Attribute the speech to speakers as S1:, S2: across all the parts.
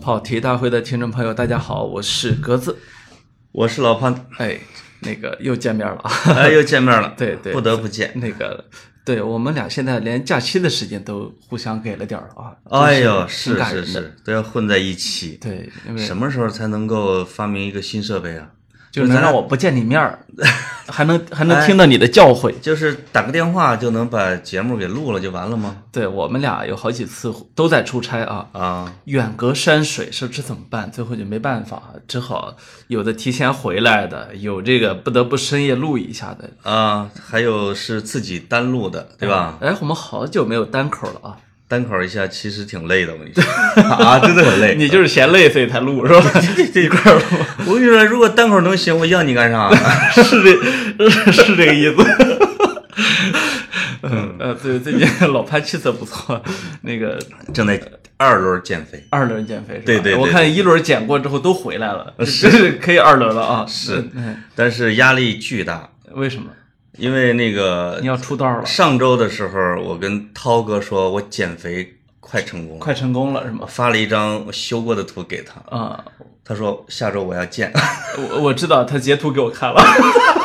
S1: 跑题大会的听众朋友，大家好，我是格子。
S2: 我是老潘，
S1: 哎，那个又见面了 啊，，
S2: 哎，又见面了
S1: 对对
S2: 不得不见。
S1: 那个，对我们俩现在连假期的时间都互相给了点儿啊。
S2: 哎呦，
S1: 真挺
S2: 是
S1: 感
S2: 是
S1: 人的。
S2: 是，都要混在一起。
S1: 对，因为
S2: 什么时候才能够发明一个新设备啊？
S1: 就能
S2: 咱俩
S1: 让我不见你面 儿，还能还能听到你的教诲。
S2: 就是打个电话就能把节目给录了就完了吗？
S1: 对我们俩有好几次都在出差啊，
S2: 啊，
S1: 远隔山水，说这怎么办？最后就没办法，只好有的提前回来的，有这个不得不深夜录一下的，
S2: 啊，还有是自己单录的，对吧？
S1: 哎，我们好久没有单口了啊！
S2: 单口一下其实挺累的，我跟你说 啊，真的很累。
S1: 你就是嫌累，所以才录是吧？一块儿录，
S2: 我跟你说，如果单口能行，我要你干啥？
S1: 是这，是这个意思。嗯呃，对，最近老潘气色不错，那个
S2: 正在二轮减肥。
S1: 二轮减肥是吧？
S2: 对对对
S1: 我看一轮减过之后都回来了，这是可以二轮了啊！
S2: 是
S1: 嗯，
S2: 但是压力巨大，
S1: 为什么？
S2: 因为那个
S1: 你要出道了，
S2: 上周的时候，我跟涛哥说，我减肥快成功了，
S1: 快成功了是吗
S2: 我？发了一张我修过的图给他，
S1: 啊、
S2: 他说下周我要 见，
S1: 我我知道他截图给我看了，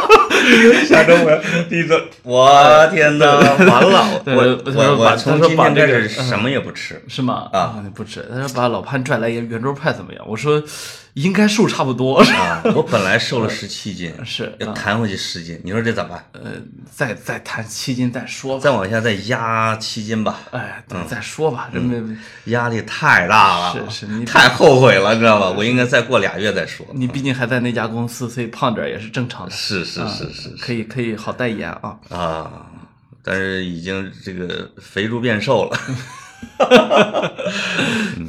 S2: 下周我要，你说，我天哪，完了，
S1: 对
S2: 我
S1: 他说
S2: 我
S1: 把
S2: 我从
S1: 他说
S2: 今
S1: 把
S2: 天
S1: 这
S2: 开
S1: 个嗯
S2: 始什么也不吃，
S1: 是吗？
S2: 啊，
S1: 不止，他说把老潘拽来圆桌派怎么样？我说应该数差不多，
S2: 啊，我本来瘦了十七斤，
S1: 是
S2: 要
S1: 啊
S2: 弹回去十斤，你说这咋办？
S1: 呃，再再谈七斤再说吧，
S2: 再往下再压七斤吧，
S1: 哎，对再说吧，这没
S2: 压力太大了，
S1: 是是你
S2: 太后悔了，你知道吧？我应该再过俩月再说。
S1: 你毕竟还在那家公司，所以胖点儿也是正常的，
S2: 是是是是
S1: 可以可以好代言啊。
S2: 啊，但是已经这个肥猪变瘦了，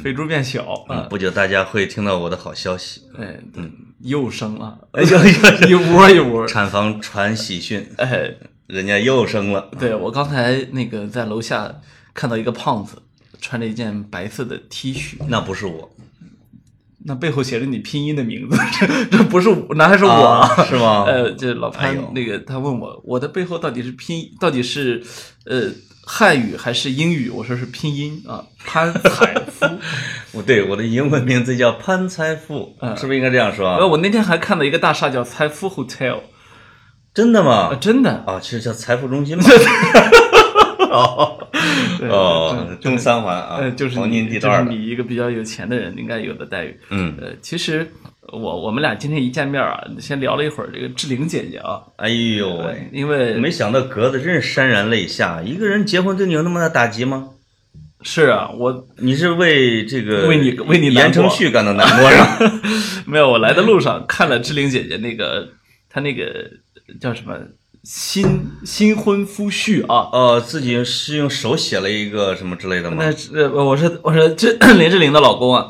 S1: 肥猪变小，嗯，
S2: 不久大家会听到我的好消息，
S1: 哎，嗯，又生 了，
S2: 哎呦呦，
S1: 一窝一 窝，
S2: 产房传喜讯，
S1: 哎，
S2: 人家又生了，
S1: 对我刚才那个在楼下看到一个胖子穿着一件白色的 T 恤，
S2: 那不是我，
S1: 那背后写着你拼音的名字， 这这不是我，哪还是我？
S2: 啊是吗？
S1: 呃，这老
S2: 哎
S1: 潘
S2: 呦
S1: 那个他问我，我的背后到底是拼，到底是呃汉语还是英语？我说是拼音啊，潘采 夫。
S2: 我对我的英文名字叫潘财富，是不是应该这样说
S1: 呃，
S2: 啊？
S1: 我那天还看到一个大厦叫财富 Hotel，
S2: 真的
S1: 啊，
S2: 吗？
S1: 真的。
S2: 啊，其实叫财富中心嘛。哦
S1: 对
S2: 哦，东三环啊
S1: 呃，，就是
S2: 黄金
S1: 你，
S2: 地
S1: 就
S2: 段
S1: 是
S2: 的，
S1: 你一个比较有钱的人应该有的待遇。
S2: 嗯，
S1: 呃，其实我我们俩今天一见面啊，先聊了一会儿这个志玲姐姐啊，
S2: 哎呦喂。
S1: 因为
S2: 没想到格子真是潸然泪下。一个人结婚对你有那么大打击吗？
S1: 是啊，我
S2: 你是为这个
S1: 为你为你难过
S2: 言承旭感到难过是吧？
S1: 没有，我来的路上看了志玲姐姐那个她那个叫什么新新婚夫婿啊。
S2: 哦，自己是用手写了一个什么之类的吗
S1: 那？是呃我是我是这林志 玲的老公啊，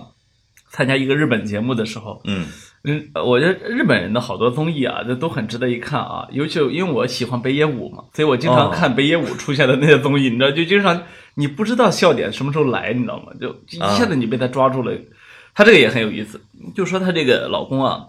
S1: 参加一个日本节目的时候，
S2: 嗯
S1: 嗯，我觉得日本人的好多综艺啊，这都很值得一看啊。尤其因为我喜欢北野武嘛，所以我经常
S2: 哦
S1: 看北野武出现的那些综艺，你知道，就经常你不知道笑点什么时候来，你知道吗？就一
S2: 啊
S1: 下子你被他抓住了。他这个也很有意思，就说他这个老公啊，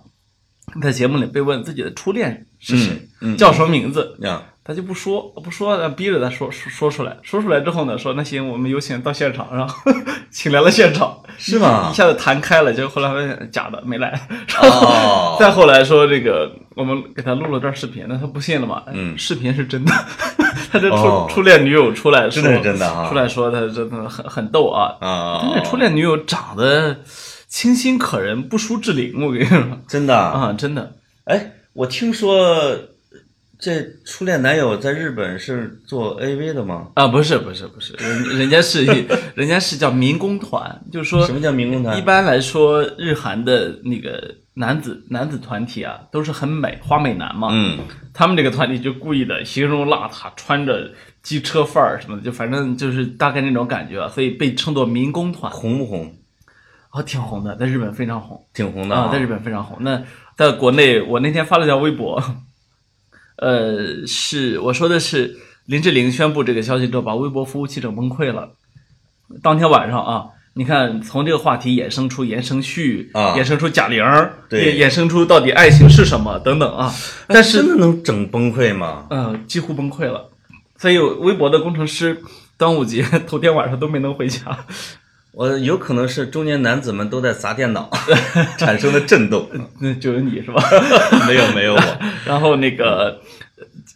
S1: 在节目里被问自己的初恋是谁，
S2: 嗯嗯
S1: 叫什么名字，
S2: 呀，
S1: 他就不说，不说，逼着他说说说出来。说出来之后呢，说那行，我们有请到现场，然后 请来了现场，
S2: 是吗
S1: 一下子弹开了，结果后来发现假的没来，然后、，
S2: 哦
S1: 再后来说这个，我们给他录了段视频，那他不信了嘛？
S2: 嗯
S1: 视频是真的， 他这初、
S2: 哦
S1: 初恋女友出来说，
S2: 真的是真的啊
S1: 出来说他真的很很逗啊，
S2: 啊，
S1: 那初恋女友长得清新可人，不输志玲，我跟你说
S2: 真的啊，
S1: 啊，真的。
S2: 哎，我听说这初恋男友在日本是做 AV 的吗？
S1: 啊，不是不是不是，人人家是 人家是叫民工团，就是说
S2: 什么叫嗯民工团
S1: 呃一般来说，日韩的那个男子男子团体啊，都是很美花美男嘛。
S2: 嗯，
S1: 他们这个团体就故意的形容邋遢，穿着机车范儿什么的，就反正就是大概那种感觉啊，所以被称作民工团，
S2: 红不红？
S1: 哦，挺红的，在日本非常红。
S2: 挺红的
S1: 啊，在日本非常红。那在国内，我那天发了条微博，呃，是我说的是林志玲宣布这个消息之后，把微博服务器整崩溃了。当天晚上啊，你看从这个话题衍生出言承旭，
S2: 啊
S1: 衍生出贾玲，
S2: 对
S1: 衍衍生出到底爱情是什么等等啊，但
S2: 但是
S1: 是
S2: 真的能整崩溃吗？
S1: 嗯呃，几乎崩溃了。所以微博的工程师端午节 头天晚上都没能回家。
S2: 我有可能是中年男子们都在砸 电脑产生的震动，
S1: 那就有你是吧？
S2: 没有没有我，
S1: 然后那个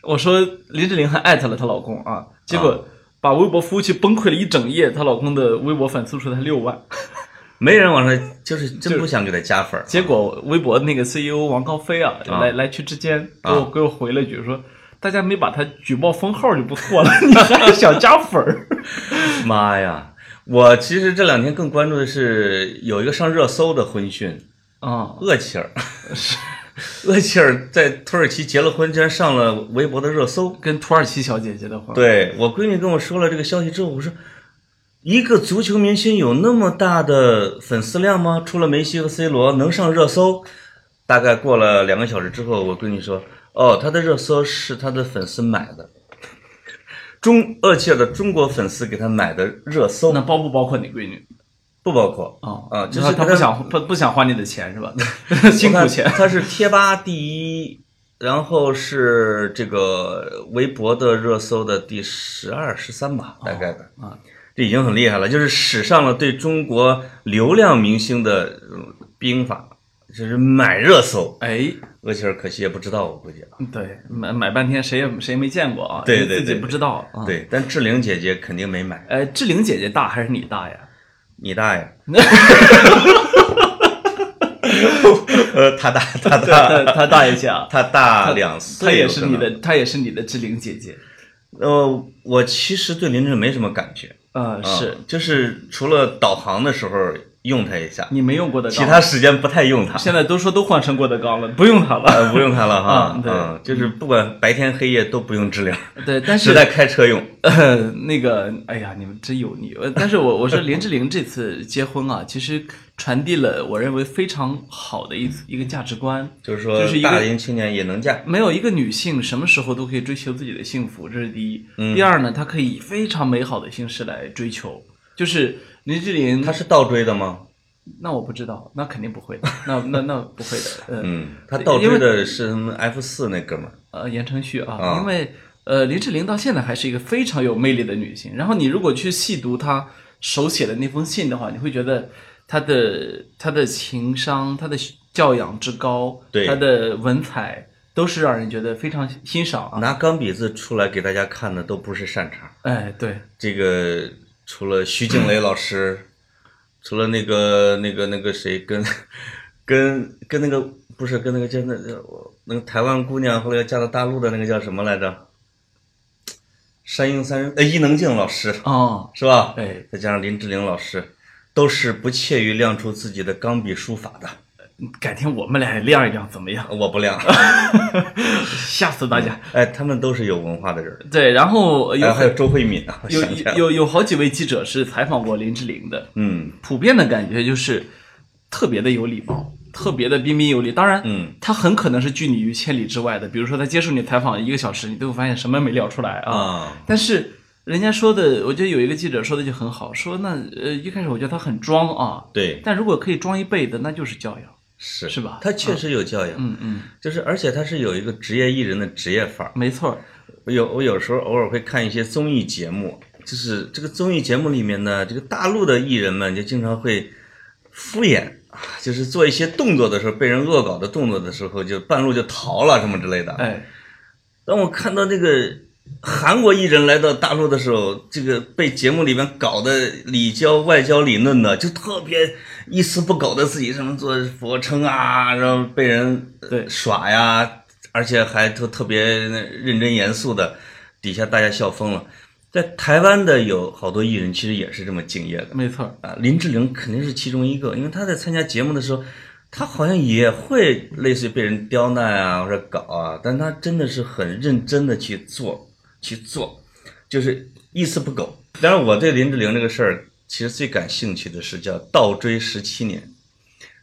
S1: 我说林志玲还艾特了她老公啊，结果把微博服务器崩溃了一整夜，她老公的微博粉丝数才六万。
S2: 没人往上，就是真不想给他加粉儿。
S1: 结果微博那个 CEO 王高飞啊，
S2: 啊
S1: 来来去之间给
S2: 啊
S1: 我给我回了一句说。大家没把他举报封号就不错了， 你还想加粉儿？
S2: 妈呀！我其实这两天更关注的是有一个上热搜的婚讯，
S1: 啊、
S2: 厄齐尔，厄齐尔在土耳其结了婚，竟然上了微博的热搜。
S1: 跟土耳其小姐姐的婚，
S2: 对我闺女跟我说了这个消息之后，我说，一个足球明星有那么大的粉丝量吗？除了梅西和 C 罗，能上热搜？大概过了两个小时之后，我闺女说，哦，他的热搜是他的粉丝买的，中厄齐尔的中国粉丝给他买的热搜
S1: 那包不包括你闺女
S2: 不包括
S1: 啊？
S2: 啊，就
S1: 你说
S2: 是
S1: 她
S2: 给
S1: 不想不不想花你的钱 是吧？辛苦钱
S2: 我看他是贴吧第一，然后是这个微博的热搜的第十二、十三吧，大概的。
S1: 啊，
S2: 这已经很厉害了，就是使上了对中国流量明星的呃兵法，就是买热搜。
S1: 哎，
S2: 厄齐尔可惜也不知道，我估计啊。
S1: 对，买买半天谁也谁也没见过啊，
S2: 对对
S1: 自己
S2: 对
S1: 不知道啊。，
S2: 对，但志玲姐姐肯定没买，
S1: 呃，志玲姐姐大还是你大呀？
S2: 你大 爷！呃，他大，
S1: 她
S2: 他大，
S1: 她大一些啊，
S2: 他大两岁，
S1: 她也是
S2: 有可
S1: 你
S2: 能。
S1: 的，她也是你的志玲姐姐。
S2: 呃，我其实对林志玲没什么感觉，
S1: 呃，
S2: 啊
S1: 是，
S2: 就是除了导航的时候用它一下，
S1: 你没用郭德纲，
S2: 其他时间不太用它。
S1: 现在都说都换成郭德纲了，不用他 了。
S2: 呃，不用它了哈
S1: 啊，对
S2: 嗯就是不管白天黑夜都不用知了，
S1: 对，但
S2: 只
S1: 是
S2: 在开车用。
S1: 呃，那个，哎呀，你们真油腻。呃但是我我说林志玲这次结婚啊，其实传递了我认为非常好的一一个价值观，
S2: 就是说
S1: 就是一，个
S2: 大龄青年也能嫁，
S1: 没有一个女性什么时候都可以追求自己的幸福，这是第一。第二呢，她可以以非常美好的形式来追求，就是林志玲
S2: 他，是倒追的吗？
S1: 那我不知道，那肯定不会的，那那那不会的，呃、
S2: 嗯，他倒追的是他们 F 四那哥们儿。
S1: 呃言承旭啊，
S2: 啊
S1: 因为呃林志玲到现在还是一个非常有魅力的女性。然后你如果去细读她手写的那封信的话，你会觉得她的她的情商、她的教养之高
S2: 对，
S1: 她的文采都是让人觉得非常欣赏啊。
S2: 拿钢笔字出来给大家看的都不是善茬，
S1: 哎，对，
S2: 这个除了徐静蕾老师，除了那个那个那个谁跟跟跟那个不是跟那个叫那我那个台湾姑娘后来嫁到大陆的那个叫什么来着？山鹰三人呃伊能静老师
S1: 哦，
S2: 是吧？
S1: 哎，
S2: 再加上林志玲老师，都是不屑于亮出自己的钢笔书法的。
S1: 改天我们俩也亮一亮怎么样？
S2: 我不亮，
S1: 吓死大家！
S2: 哎，他们都是有文化的人儿。
S1: 对，然后有
S2: 然哎后还
S1: 很
S2: 有周慧敏啊，我
S1: 有
S2: 想起来了
S1: 有有好几位记者是采访过林志玲的，
S2: 嗯
S1: 普遍的感觉就是特别的有礼貌，特别的彬彬有礼。当然，
S2: 嗯，
S1: 他很可能是拒你于千里之外的。比如说，他接受你采访一个小时，你都会发现什么也没聊出来啊。
S2: 啊，
S1: 但是人家说的，我觉得有一个记者说的就很好，说那呃一开始我觉得他很装啊，
S2: 对，
S1: 但如果可以装一辈子，那就是教养。
S2: 是
S1: 是吧
S2: 他确实有教养，
S1: 嗯嗯，
S2: 就是，而且他是有一个职业艺人的职业范儿。
S1: 没错儿，
S2: 我有我有时候偶尔会看一些综艺节目，就是这个综艺节目里面呢，这个大陆的艺人们就经常会敷衍，啊就是做一些动作的时候被人恶搞的动作的时候，就半路就逃了什么之类的。
S1: 哎，
S2: 当我看到那个韩国艺人来到大陆的时候，这个被节目里面搞得里焦外焦里嫩的，就特别一丝不苟的自己什么做俯卧撑啊，然后被人呃
S1: 对
S2: 耍呀，而且还都特别认真严肃的，底下大家笑疯了。在台湾的有好多艺人其实也是这么敬业的
S1: 没错儿，
S2: 啊，林志玲肯定是其中一个，因为她在参加节目的时候，她好像也会类似于被人刁难啊或者搞啊，但她真的是很认真的去做去做，就是一丝不苟。当然，我对林志玲这个事儿其实最感兴趣的是叫倒追十七年，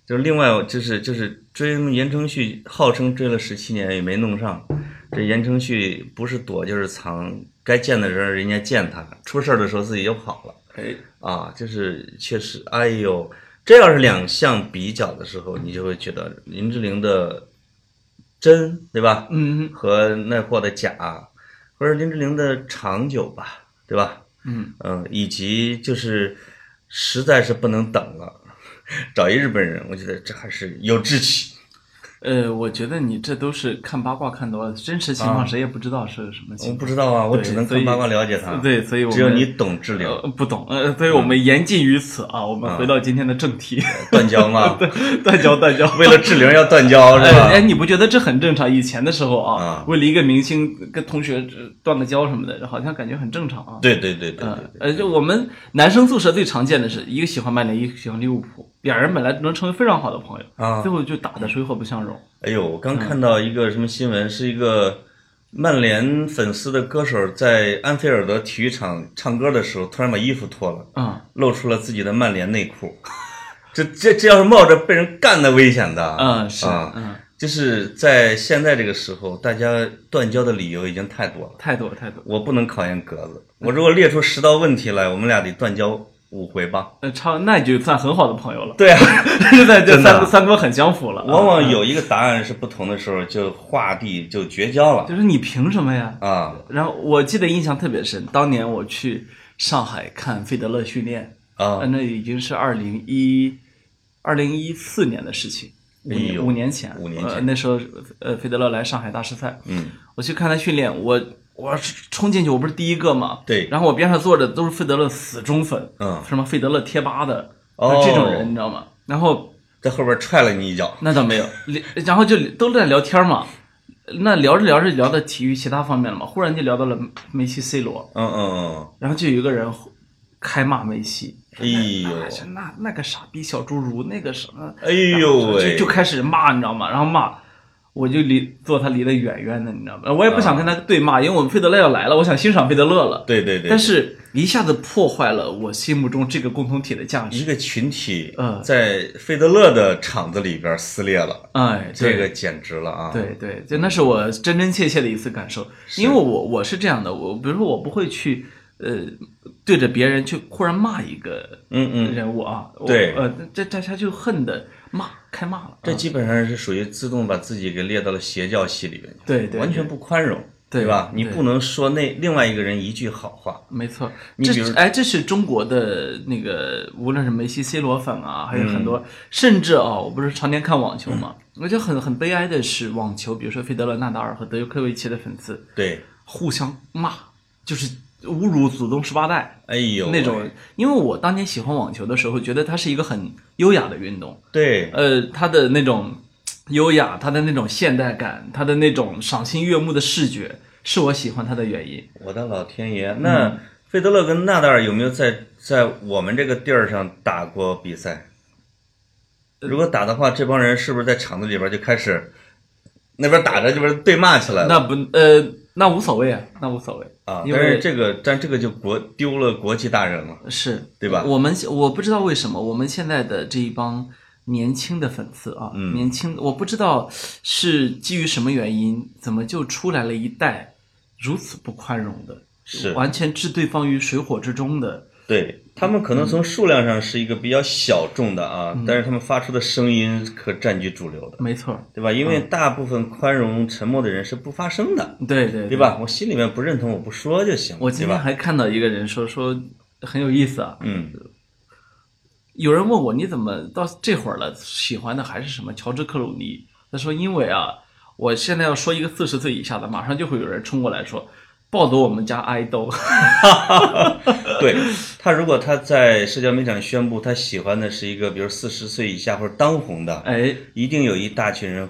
S2: 就是另外就是就是追言承旭，号称追了十七年也没弄上，这言承旭不是躲就是藏，该见的人人家见他，出事儿的时候自己就跑了。
S1: 哎，
S2: 啊，就是确实，哎呦，这要是两项比较的时候，你就会觉得林志玲的真，对吧？
S1: 嗯，
S2: 和那货的假，或者林志玲的长久吧，对吧？
S1: 嗯
S2: 嗯，以及就是实在是不能等了，找一日本人，我觉得这还是有志气。
S1: 呃，我觉得你这都是看八卦看多了，真实情况
S2: 啊
S1: 谁也不知道是什么
S2: 我
S1: 情
S2: 不
S1: 况。
S2: 知道啊，我
S1: 对
S2: 只能
S1: 所以
S2: 看八卦了解他。
S1: 对，所以我们
S2: 只有你懂嗯志玲，
S1: 呃不懂，呃，所以我们言尽于此啊。我
S2: 嗯
S1: 们回到今天的正题，
S2: 断 交嘛，
S1: 断交断交。
S2: 嗯为了志玲要断交是吧
S1: 哎哎，？你不觉得这很正常？以前的时候啊
S2: 啊，
S1: 为了一个明星跟同学呃断个交什么的，好像感觉很正常啊。
S2: 对对对对
S1: 嗯
S2: 对，对，
S1: 呃，就我们男生宿舍最常见的是一个喜欢曼联，一个喜欢利物浦，两人本来能成为非常好的朋友，
S2: 啊
S1: 最后就打得水火不相容。
S2: 哎呦，我刚看到一个什么新闻，是一个曼联粉丝的歌手在安菲尔德体育场唱歌的时候，突然把衣服脱了，
S1: 嗯，
S2: 露出了自己的曼联内 裤。这这这要是冒着被人干的危险的，
S1: 嗯是
S2: 啊，
S1: 嗯，
S2: 就是在现在这个时候，大家断交的理由已经太多了。
S1: 太多了太多了。
S2: 我不能考验格子，我如果列出十道问题来，我们俩得断交五回吧？
S1: 呃，超那就算很好的朋友了，
S2: 对啊，
S1: 那就
S2: 真的啊
S1: 三三观很相符了。
S2: 往往
S1: 嗯，
S2: 有一个答案是不同的时候，就画地就绝交了
S1: 就是你凭什么呀？
S2: 啊
S1: 然后我记得印象特别深，当年我去上海看费德勒训练，
S2: 啊
S1: 呃，！那已经是二零一二零一四年的事情，五
S2: 哎
S1: 年
S2: 呦
S1: 五年前，
S2: 五年
S1: 呃
S2: 前
S1: 那时候呃费德勒来上海大师赛，
S2: 嗯，
S1: 我去看他训练，我我冲进去，我不是第一个嘛，
S2: 对
S1: 然后我边上坐着都是费德勒死忠粉，
S2: 嗯
S1: 什么费德勒贴吧的，
S2: 哦
S1: 这种人你知道吗？然后
S2: 在后边踹了你一脚，
S1: 那倒没有，聊然后就都在聊天嘛。那聊着聊着聊到体育其他方面了嘛，忽然就聊到了梅西、C 罗，
S2: 嗯嗯
S1: 然后就有一个人开骂梅西，
S2: 嗯，哎呦
S1: 哎，这那那个傻逼小侏儒，那个什么，
S2: 哎呦喂，
S1: 就就开始骂，你知道吗？然后骂，我就离坐他离得远远的，你知道吗？我也不
S2: 啊
S1: 想跟他对骂，因为我们费德勒要来了，我想欣赏费德勒了，
S2: 对对对，
S1: 但是一下子破坏了我心目中这个共同体的价
S2: 一
S1: 值。
S2: 个群体
S1: 嗯
S2: 在费德勒的场子里边撕裂了，
S1: 哎，
S2: 这
S1: 对
S2: 个简直了啊！
S1: 对对，就那是我真真切切的一次感受，因为我我是这样的，我比如说我不会去呃对着别人去忽然骂一个
S2: 嗯嗯，
S1: 人物啊，我
S2: 对
S1: 呃这这他就恨的骂开骂了，
S2: 这
S1: 啊
S2: 基本上是属于自动把自己给列到了邪教系里边去，
S1: 对对
S2: 完全不宽容，
S1: 对
S2: 吧？
S1: 对
S2: 你不能说那另外一个人一句好话，
S1: 没错，
S2: 你比
S1: 这
S2: 如
S1: 哎这是中国的那个无论是梅西、C 罗粉啊，还有很
S2: 嗯
S1: 多，甚至啊，我不是常年看网球嘛，我觉得很很悲哀的是网球，比如说费德勒、纳达尔和德约科维奇的粉丝
S2: 对，
S1: 互相骂，就是侮辱祖宗十八代。
S2: 哎呦
S1: 那种，因为我当年喜欢网球的时候，觉得它是一个很优雅的运动，
S2: 对，
S1: 呃，它的那种嘖优雅，它的那种现代感，它的那种赏心悦目的视觉，是我喜欢它的原因。
S2: 我的老天爷，
S1: 嗯
S2: 那费德勒跟纳达尔有没有在在我们这个地儿上打过比赛？
S1: 呃
S2: 如果打的话，这帮人是不是在场子里边就开始那边打着这边对骂起来了
S1: 那不呃，那无所谓啊，那无所谓
S2: 啊？
S1: 因
S2: 但是
S1: 为
S2: 这个，但这个就国丢了国际大人了。
S1: 是
S2: 对吧
S1: 我们我不知道为什么我们现在的这一帮年轻的粉丝啊，
S2: 嗯
S1: 年轻我不知道是基于什么原因，怎么就出来了一代如此不宽容的，
S2: 是
S1: 完全置对方于水火之中的。
S2: 对他们可能从数量上是一个比较小众的啊，
S1: 嗯
S2: 但是他们发出的声音可占据主流的，
S1: 没错儿，
S2: 对吧？因为大部分宽容沉默的人是不发声的，
S1: 对对
S2: 对？吧？我心里面不认同，我不说就行了，
S1: 嗯我
S2: 对
S1: 今天
S2: 吧？
S1: 还看到一个人说说很有意思啊，
S2: 嗯，
S1: 有人问我你怎么到这会儿了，喜欢的还是什么乔治克鲁尼？他说因为啊，我现在要说一个四十岁以下的，马上就会有人冲过来说抱走我们家爱豆。
S2: 对他，如果他在社交媒体上宣布他喜欢的是一个，比如四十岁以下或者当红的，
S1: 哎
S2: 一定有一大群人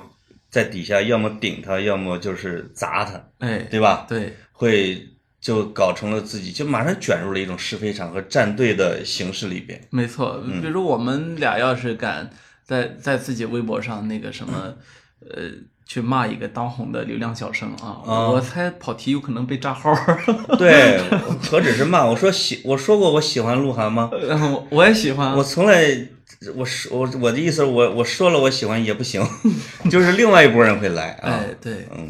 S2: 在底下，要么顶他，要么就是砸他，
S1: 哎，
S2: 对吧？
S1: 对
S2: 会就搞成了自己，就马上卷入了一种是非场和站队的形式里边。
S1: 没错。
S2: 嗯
S1: 比如我们俩要是敢在在自己微博上那个什么，呃。去骂一个当红的流量小生啊！
S2: 啊
S1: 我猜跑题有可能被炸号。
S2: 对，我何止是骂，我说喜，我说过我喜欢鹿晗吗？
S1: 然后 我也喜欢，啊
S2: 我从来，我说我我的意思，我我说了我喜欢也不行， 就是另外一拨人会来啊。
S1: 哎，对，
S2: 嗯，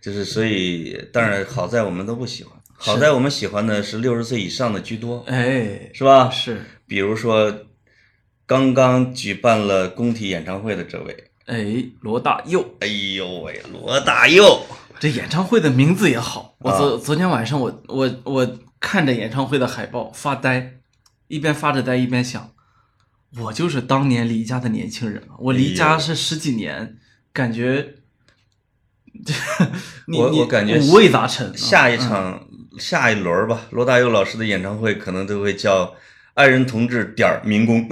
S2: 就是所以，当然好在我们都不喜欢，好在我们喜欢的是六十岁以上的居多，
S1: 哎，
S2: 是吧？
S1: 是，
S2: 比如说，刚刚举办了工体演唱会的这位，
S1: 哎，罗大佑，
S2: 哎呦喂，罗大佑，
S1: 这演唱会的名字也好。我
S2: 啊
S1: 昨、昨天晚上我我我看着演唱会的海报发呆，一边发着呆一边想，我就是当年离家的年轻人了。我离
S2: 哎
S1: 家
S2: 呦
S1: 是十几年，感觉， 你
S2: 我
S1: 你
S2: 我感觉
S1: 五味杂陈啊。
S2: 下一场、下一轮儿吧，罗大佑老师的演唱会可能都会叫“爱人同志点儿民工” 。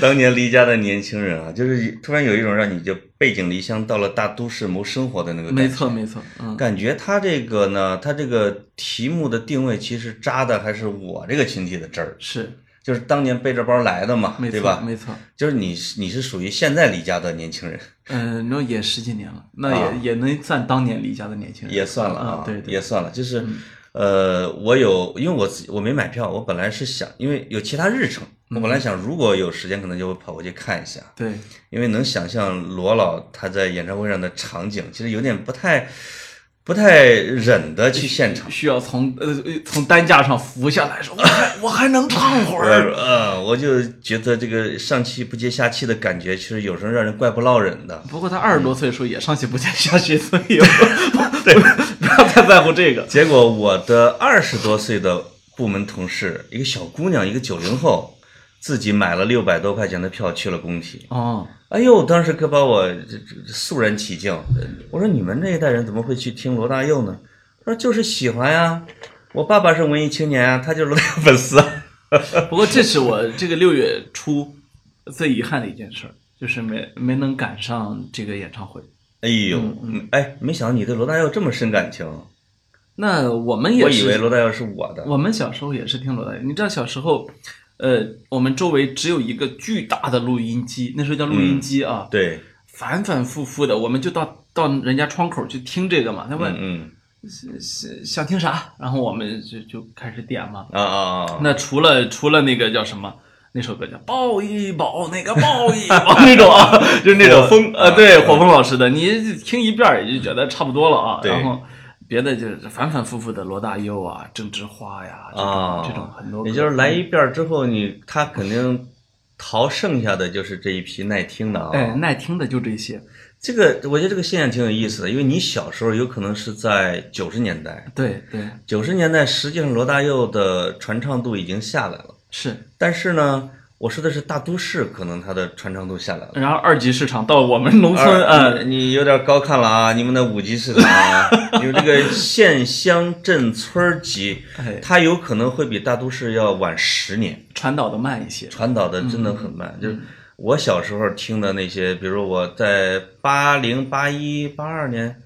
S2: 当年离家的年轻人啊，就是突然有一种让你就背井离乡到了大都市谋生活的那个感觉。
S1: 没错没错，嗯，
S2: 感觉他这个呢，他这个题目的定位其实扎的还是我这个群体的针儿，
S1: 是
S2: 就是当年背着包来的嘛，
S1: 没
S2: 对
S1: 错
S2: 吧？
S1: 没错。
S2: 就是你是你是属于现在离家的年轻人，
S1: 嗯，那也十几年了，那也、
S2: 啊
S1: 也能算当年离家的年轻人，
S2: 也算了
S1: 啊，对嗯
S2: 也
S1: 对，
S2: 算了，就是。呃，我有，因为我自己我没买票，我本来是想，因为有其他日程，我
S1: 嗯
S2: 本来想如果有时间，可能就会跑过去看一下，
S1: 对，
S2: 因为能想象罗老他在演唱会上的场景，其实有点不太不太忍得去现场。
S1: 需要从呃呃从担架上扶下来说，我还我还能唱会
S2: 我
S1: 儿，
S2: 呃，我就觉得这个上气不接下气的感觉，其实有时候让人怪不落忍的。
S1: 不过他二十多岁的时候也上气不接下气，所以 对， 不要太在乎这个。
S2: 结果我的二十多岁的部门同事，一个小姑娘，一个九零后，自己买了六百多块钱的票去了工体。
S1: 哦，
S2: 哎呦，当时可把我这这这肃然起敬。我说你们这一代人怎么会去听罗大佑呢？他说就是喜欢呀、我爸爸是文艺青年啊，他就是罗大佑粉丝啊。
S1: 不过这是我这个六月初最遗憾的一件事儿，就是没没能赶上这个演唱会。
S2: 哎呦，
S1: 嗯
S2: 哎，没想到你对罗大佑这么深感情。
S1: 那我们
S2: 我
S1: 也
S2: 以
S1: 是
S2: 为罗大佑是我的。
S1: 我们小时候也是听罗大佑，你知道小时候，呃，我们周围只有一个巨大的录音机，那时候叫录音机啊，
S2: 对，
S1: 反反复复的，我们就到到人家窗口去听这个嘛。他问、
S2: 嗯
S1: 是想听啥，然后我们就就开始点嘛。
S2: 嗯啊啊啊！
S1: 那除了除了那个叫什么？那首歌叫《抱一抱》，那个抱一 抱那种啊，就是那种
S2: 火风
S1: 呃，对，
S2: 嗯
S1: 火风老师的，你听一遍儿也就觉得差不多了啊。
S2: 对
S1: 然后别的就是反反复复的罗大佑啊、郑智化呀这种、
S2: 啊
S1: 这种很多歌，
S2: 也就是来一遍儿之后，你他肯定淘剩下的就是这一批耐听的啊。
S1: 哎耐听的就这些。
S2: 这个我觉得这个现象挺有意思的，因为你小时候有可能是在九十年代，
S1: 对对
S2: 九十年代实际上罗大佑的传唱度已经下来了，
S1: 是，
S2: 但是呢，我说的是大都市，可能它的传唱度下来了。
S1: 然后二级市场到我们农村，
S2: 二
S1: 嗯，
S2: 你你有点高看了啊！你们的五级市场啊， 你们这个县乡镇村儿级
S1: 哎，
S2: 它有可能会比大都市要晚十年。
S1: 传导的慢一些。
S2: 传导的真的很慢。
S1: 嗯
S2: 就是我小时候听的那些，比如我在八零、八一、八二年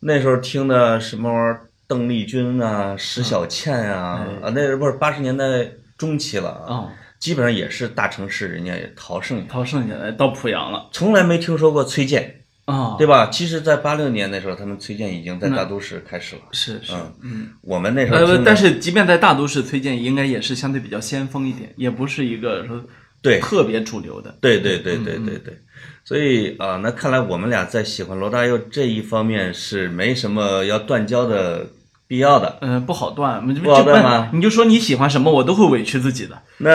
S2: 那时候听的什么玩意儿，邓丽君啊、石小倩啊，
S1: 嗯哎
S2: 啊，那时候不是八十年代中期了啊，
S1: 哦，
S2: 基本上也是大城市人家也淘剩下，
S1: 涛剩下来到濮阳了
S2: 从来没听说过崔健，
S1: 啊，
S2: 对吧？其实，在八六年那时候，他们崔健已经在大都市开始了。
S1: 是是，嗯，
S2: 我们那时候
S1: 呃
S2: 听，的
S1: 但是即便在大都市，崔健应该也是相对比较先锋一点，也不是一个说
S2: 对
S1: 特别主流的。
S2: 对对对对对对，所以啊、那看来我们俩在喜欢罗大佑这一方面是没什么要断交的必要的。
S1: 嗯、不好断，你就
S2: 不好断吗
S1: 你就说你喜欢什么，我都会委屈自己的，
S2: 那、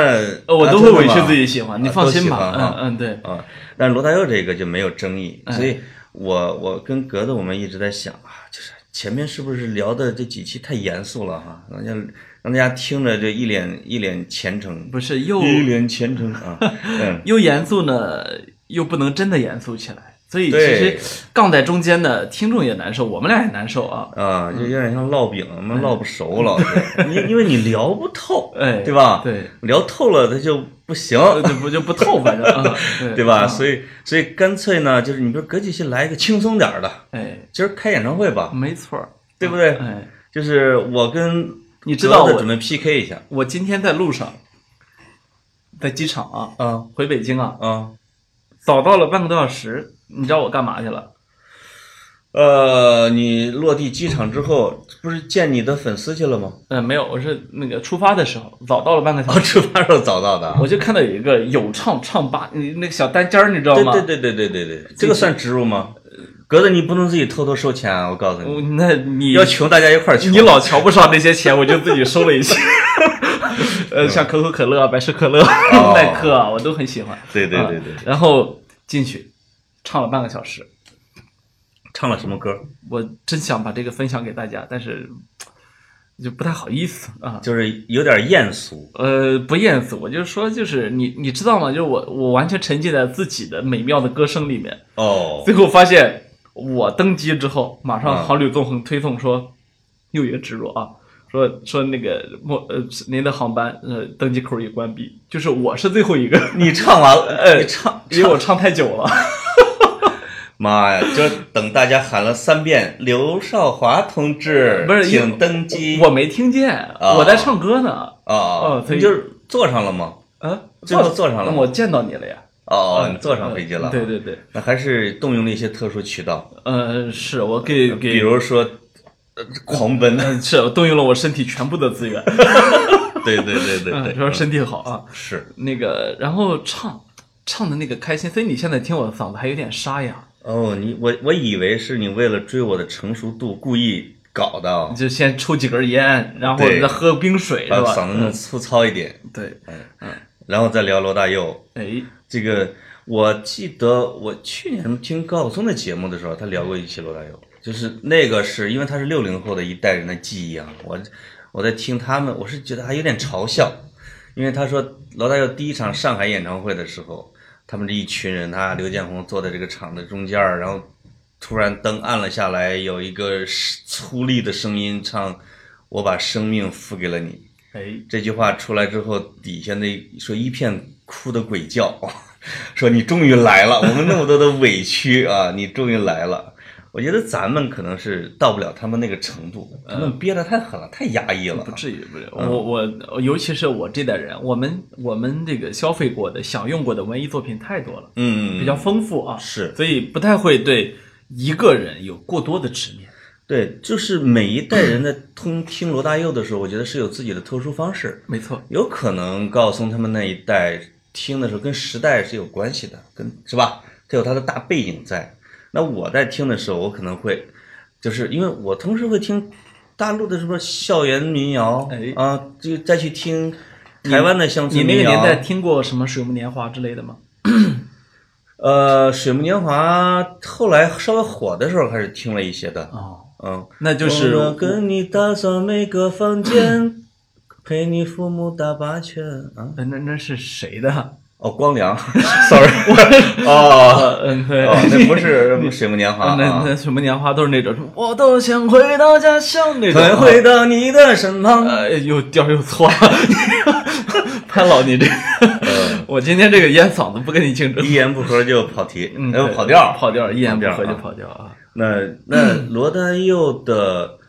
S1: 呃，我
S2: 啊
S1: 都会委屈自。
S2: 真的
S1: 己
S2: 吗
S1: 喜欢，你
S2: 啊
S1: 放
S2: 都
S1: 心
S2: 喜
S1: 吧。
S2: 欢哈
S1: 嗯嗯，对，
S2: 啊，但是罗大佑这个就没有争议，
S1: 哎
S2: 所以我我跟格子我们一直在想啊，就是前面是不是聊的这几期太严肃了哈、让人家让大家听着这一脸一脸虔诚，
S1: 不是又
S2: 一脸虔 诚啊，嗯，
S1: 又严肃呢，又不能真的严肃起来，所以其
S2: 对
S1: 实杠在中间呢，听众也难受，我们俩也难受啊。
S2: 啊，就有点像烙饼，我们烙不熟了，因因为你聊不透，
S1: 哎，
S2: 对吧？
S1: 对，
S2: 聊透了它就不行，
S1: 呃这不就不透，反正啊，嗯
S2: 对吧？？所以所以干脆呢，就是你说隔几期来一个轻松点儿的，
S1: 哎，
S2: 今儿开演唱会吧，
S1: 没错儿，
S2: 对不对？
S1: 哎，
S2: 就是我跟
S1: 你知道
S2: 格子
S1: 我
S2: 准备 PK 一下
S1: 我今天在路上，在机场啊，
S2: 啊
S1: 回北京啊，
S2: 啊
S1: 早到了半个多小时，你知道我干嘛去了？
S2: 呃，你落地机场之后，不是见你的粉丝去了吗？
S1: 呃，没有，我是那个出发的时候早到了半个小
S2: 哦，
S1: 时，
S2: 出发时候找到的啊。
S1: 我就看到有一个有唱唱吧，那那个小单间儿，你知道
S2: 对
S1: 吗？
S2: 对对对对对对，这个算植入吗？格子，你不能自己偷偷收钱啊！我告诉你，
S1: 我那你
S2: 要穷大家一块儿穷。
S1: 你老瞧不上那些钱，我就自己收了一些。 呃，像可口可乐啊、百事可乐、耐克啊，我都很喜欢。
S2: 哦对对对对
S1: 啊然后进去，唱了半个小时。
S2: 唱了什么歌？
S1: 我真想把这个分享给大家，但是就不太好意思啊。
S2: 就是有点艳俗，
S1: 呃，不厌死，我就说，就是你，你知道吗？就是我，我完全沉浸在自己的美妙的歌声里面。
S2: 哦，
S1: 最后发现，我登基之后，马上
S2: 嗯
S1: 好旅纵横推送说，又一个植入啊，说说那个莫呃您的航班呃登机口已关闭，就是我是最后一个，
S2: 你唱完了，
S1: 呃
S2: 你唱，
S1: 因为我唱太久了。
S2: 妈呀！就是等大家喊了三遍“刘少华同志，
S1: 不是因为
S2: 请登机”，
S1: 我没听见，
S2: 哦
S1: 我在唱歌呢。
S2: 啊
S1: 哦
S2: 啊，
S1: 所以
S2: 你就是坐上了吗？
S1: 啊，
S2: 最后坐上了吗
S1: 我见到你了呀。嗯
S2: 哦，你坐上飞机了，
S1: 呃对，对对，
S2: 那还是动用了一些特殊渠道，
S1: 呃，是我给
S2: 比
S1: 给，
S2: 如说呃狂奔，
S1: 是我动用了我身体全部的资源，
S2: 对对对 对
S1: 嗯
S2: 对，
S1: 主要身体好啊。
S2: 是
S1: 那个，然后唱唱的那个开心，所以你现在听我的嗓子还有点沙哑，
S2: 哦，你我我以为是你为了追我的成熟度故意搞的
S1: 你
S2: 啊，
S1: 就先抽几根烟，然后
S2: 对
S1: 再喝冰水，
S2: 把
S1: 是吧？
S2: 嗓子弄粗糙一点，
S1: 对，
S2: 然后再聊罗大佑。
S1: 哎，
S2: 这个我记得我去年听高晓松的节目的时候，他聊过一期罗大佑，就是那个是因为他是六零后的一代人的记忆啊，我我在听他们，我是觉得还有点嘲笑，因为他说罗大佑第一场上海演唱会的时候，他们这一群人啊，刘建宏坐在这个场的中间儿，然后突然灯暗了下来，有一个粗粝的声音唱：“我把生命付给了你。”
S1: 哎，
S2: 这句话出来之后，底下那说一片哭的鬼叫，说你终于来了，我们那么多的委屈啊，你终于来了。我觉得咱们可能是到不了他们那个程度，他们憋得太狠了，太压抑了
S1: 嗯不。至于，不至于。
S2: 嗯
S1: 我我，尤其是我这代人，我们我们这个消费过的、享用过的文艺作品太多了，
S2: 嗯，
S1: 比较丰富啊，
S2: 是
S1: 所以不太会对一个人有过多的执念。
S2: 对，就是每一代人在通听罗大佑的时候，我觉得是有自己的特殊方式。
S1: 没错，
S2: 有可能高晓松他们那一代听的时候，跟时代是有关系的，跟是吧？它有它的大背景在。那我在听的时候，我可能会，就是因为我同时会听大陆的什么校园民谣、
S1: 哎
S2: 啊，就再去听台湾的乡
S1: 你
S2: 村
S1: 那
S2: 民
S1: 个
S2: 谣。
S1: 年代听过什么《水木年华》之类的吗？
S2: 呃，《水木年华》后来稍微火的时候，开始听了一些的，
S1: 哦，
S2: 嗯，
S1: 那就是
S2: 我跟你打扫每个房 间，陪你父母打八圈啊。
S1: 呃那那是谁的？
S2: 哦，光良，sorry，哦，
S1: 呃，嗯，对，
S2: 哦，那不是水木年华
S1: 啊，那
S2: 啊
S1: 那。什么年华都是那种，什么我都想回到家乡那种。
S2: 能回到你的身旁。
S1: 啊呃，又调又错了， 潘老你这
S2: 呃，
S1: 我今天这个烟嗓子不跟你竞争，
S2: 一言不合就跑题，
S1: 嗯，
S2: 呃
S1: 对
S2: 跑调。
S1: 跑调，一言不合
S2: 跑调
S1: 就
S2: 啊
S1: 跑调啊。
S2: 那那罗大佑的，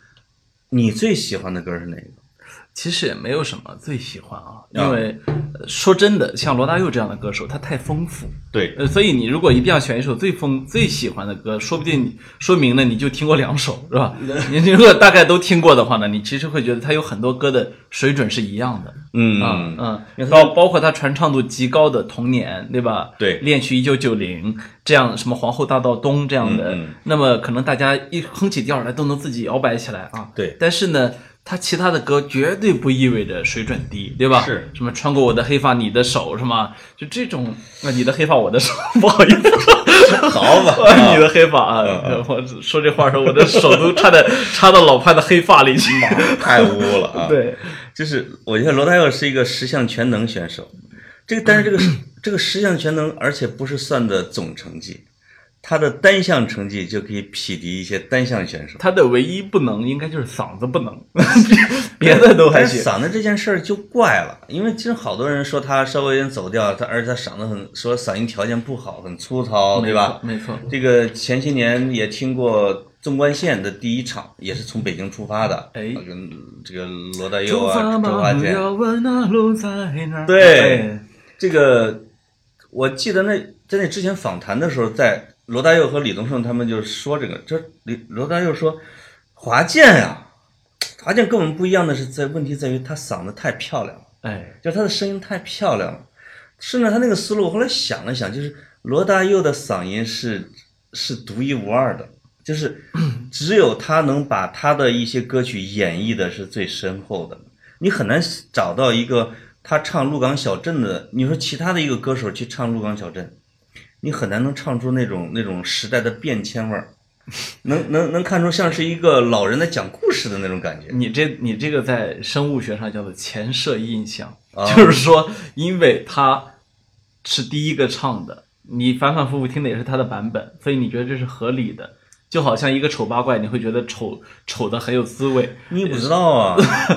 S2: 你最喜欢的歌是哪个？
S1: 其实也没有什么最喜欢啊，因为呃说真的，像罗大佑这样的歌手，他太丰富。
S2: 对，
S1: 呃，所以你如果一定要选一首最丰最喜欢的歌，说不定你说明呢，你就听过两首，是吧？你你如果大概都听过的话呢，你其实会觉得他有很多歌的水准是一样的。
S2: 嗯，
S1: 嗯
S2: 因为，他
S1: 包包括他传唱度极高的《童年》，对吧？
S2: 对
S1: 恋曲一九九零这样，什么《皇后大道东》这样的，
S2: 嗯嗯
S1: 那么可能大家一哼起调来都能自己摇摆起来啊。
S2: 对
S1: 但是呢，他其他的歌绝对不意味着水准低，对吧？
S2: 是，
S1: 什么穿过我的黑发，你的手是吗？就这种，那你的黑发，我的手， 不好意思。
S2: 好吧。
S1: 你的黑发啊！我说这话的时候，我的手都差点插到老潘的黑发里去。
S2: 太污了 啊！，
S1: 对，
S2: 就是我觉得罗大佑是一个十项全能选手，这个但是这个这个十项全能，而且不是算的总成绩，他的单项成绩就可以匹敌一些单项选手。
S1: 他的唯一不能应该就是嗓子不能， 别的都还
S2: 但是
S1: 行。
S2: 嗓子这件事儿就怪了，因为其实好多人说他稍微有点走调，他而且他嗓子很说嗓音条件不好，很粗糙，对吧？
S1: 没错？没错。
S2: 这个前些年也听过纵贯线的第一场，也是从北京出发的，
S1: 哎
S2: 跟这个罗大佑啊、周华
S1: 不
S2: 健，
S1: 要问那路在哪儿。
S2: 对
S1: 哎，
S2: 这个我记得那在那之前访谈的时候，在罗大佑和李宗盛他们就说这个，这李罗大佑说华健呀、华健跟我们不一样的是在问题在于他嗓子太漂亮了。
S1: 哎，
S2: 就是她的声音太漂亮了。顺着她那个思路，我后来想了想，就是罗大佑的嗓音是是独一无二的，就是只有他能把他的一些歌曲演绎的是最深厚的。你很难找到一个他唱《鹿港小镇》的，你说其他的一个歌手去唱《鹿港小镇》，你很难能唱出那种那种时代的变迁味儿，能能能看出像是一个老人在讲故事的那种感觉。
S1: 你这你这个在生物学上叫做前摄印象，
S2: 啊
S1: 就是说，因为他是第一个唱的，你反反复复听的也是他的版本，所以你觉得这是合理的。就好像一个丑八怪，你会觉得丑丑的很有滋味。
S2: 你不知道 啊，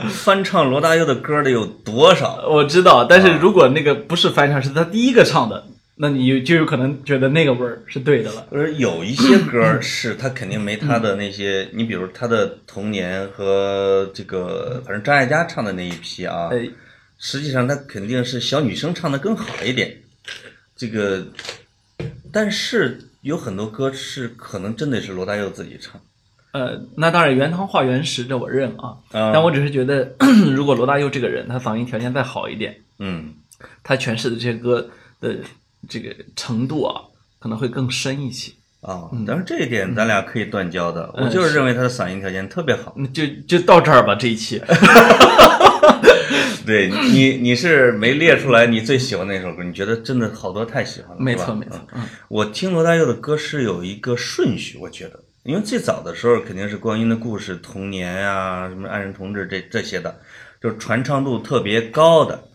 S2: 翻唱罗大佑的歌的有多少？
S1: 我知道，但是如果那个不是翻唱，是他第一个唱的，那你就有可能觉得那个味儿是对的了。
S2: 而有一些歌是他肯定没他的那些，你比如他的童年和这个，反正张艾嘉唱的那一批啊，
S1: 呃，
S2: 实际上她肯定是小女生唱的更好一点。这个，但是有很多歌是可能真的是罗大佑自己唱。
S1: 呃，那当然原汤化原食，这我认啊。
S2: 啊
S1: 但我只是觉得， 如果罗大佑这个人他嗓音条件再好一点，
S2: 嗯，
S1: 他诠释的这些歌的这个程度啊，可能会更深一些。
S2: 啊、
S1: 嗯
S2: 但是这一点咱俩可以断交的。我就是认为他的嗓音条件特别好。
S1: 嗯就就到这儿吧，这一期。
S2: 对你，你是没列出来你最喜欢哪首歌？你觉得真的好多太喜欢了，
S1: 没
S2: 是吧
S1: 错没错。
S2: 嗯，
S1: 嗯
S2: 我听罗大佑的歌是有一个顺序，我觉得，因为最早的时候肯定是《光阴的故事》《童年》啊，什么《爱人同志》这这些的，就是传唱度特别高的。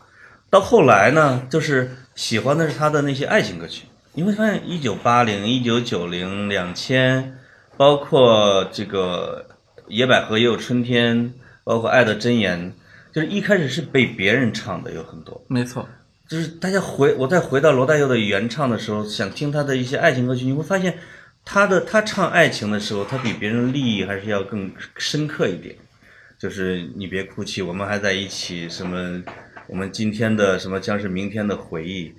S2: 到后来呢，就是喜欢的是他的那些爱情歌曲。你会发现，一九八零、一九九零、两千，包括这个《野百合也有春天》，包括《爱的箴言》，就是一开始是被别人唱的有很多，
S1: 没错，
S2: 就是大家回我再回到罗大佑的原唱的时候，想听他的一些爱情歌曲，你会发现他的他唱爱情的时候，他比别人立意还是要更深刻一点。就是你别哭泣，我们还在一起，什么我们今天的什么将是明天的回忆。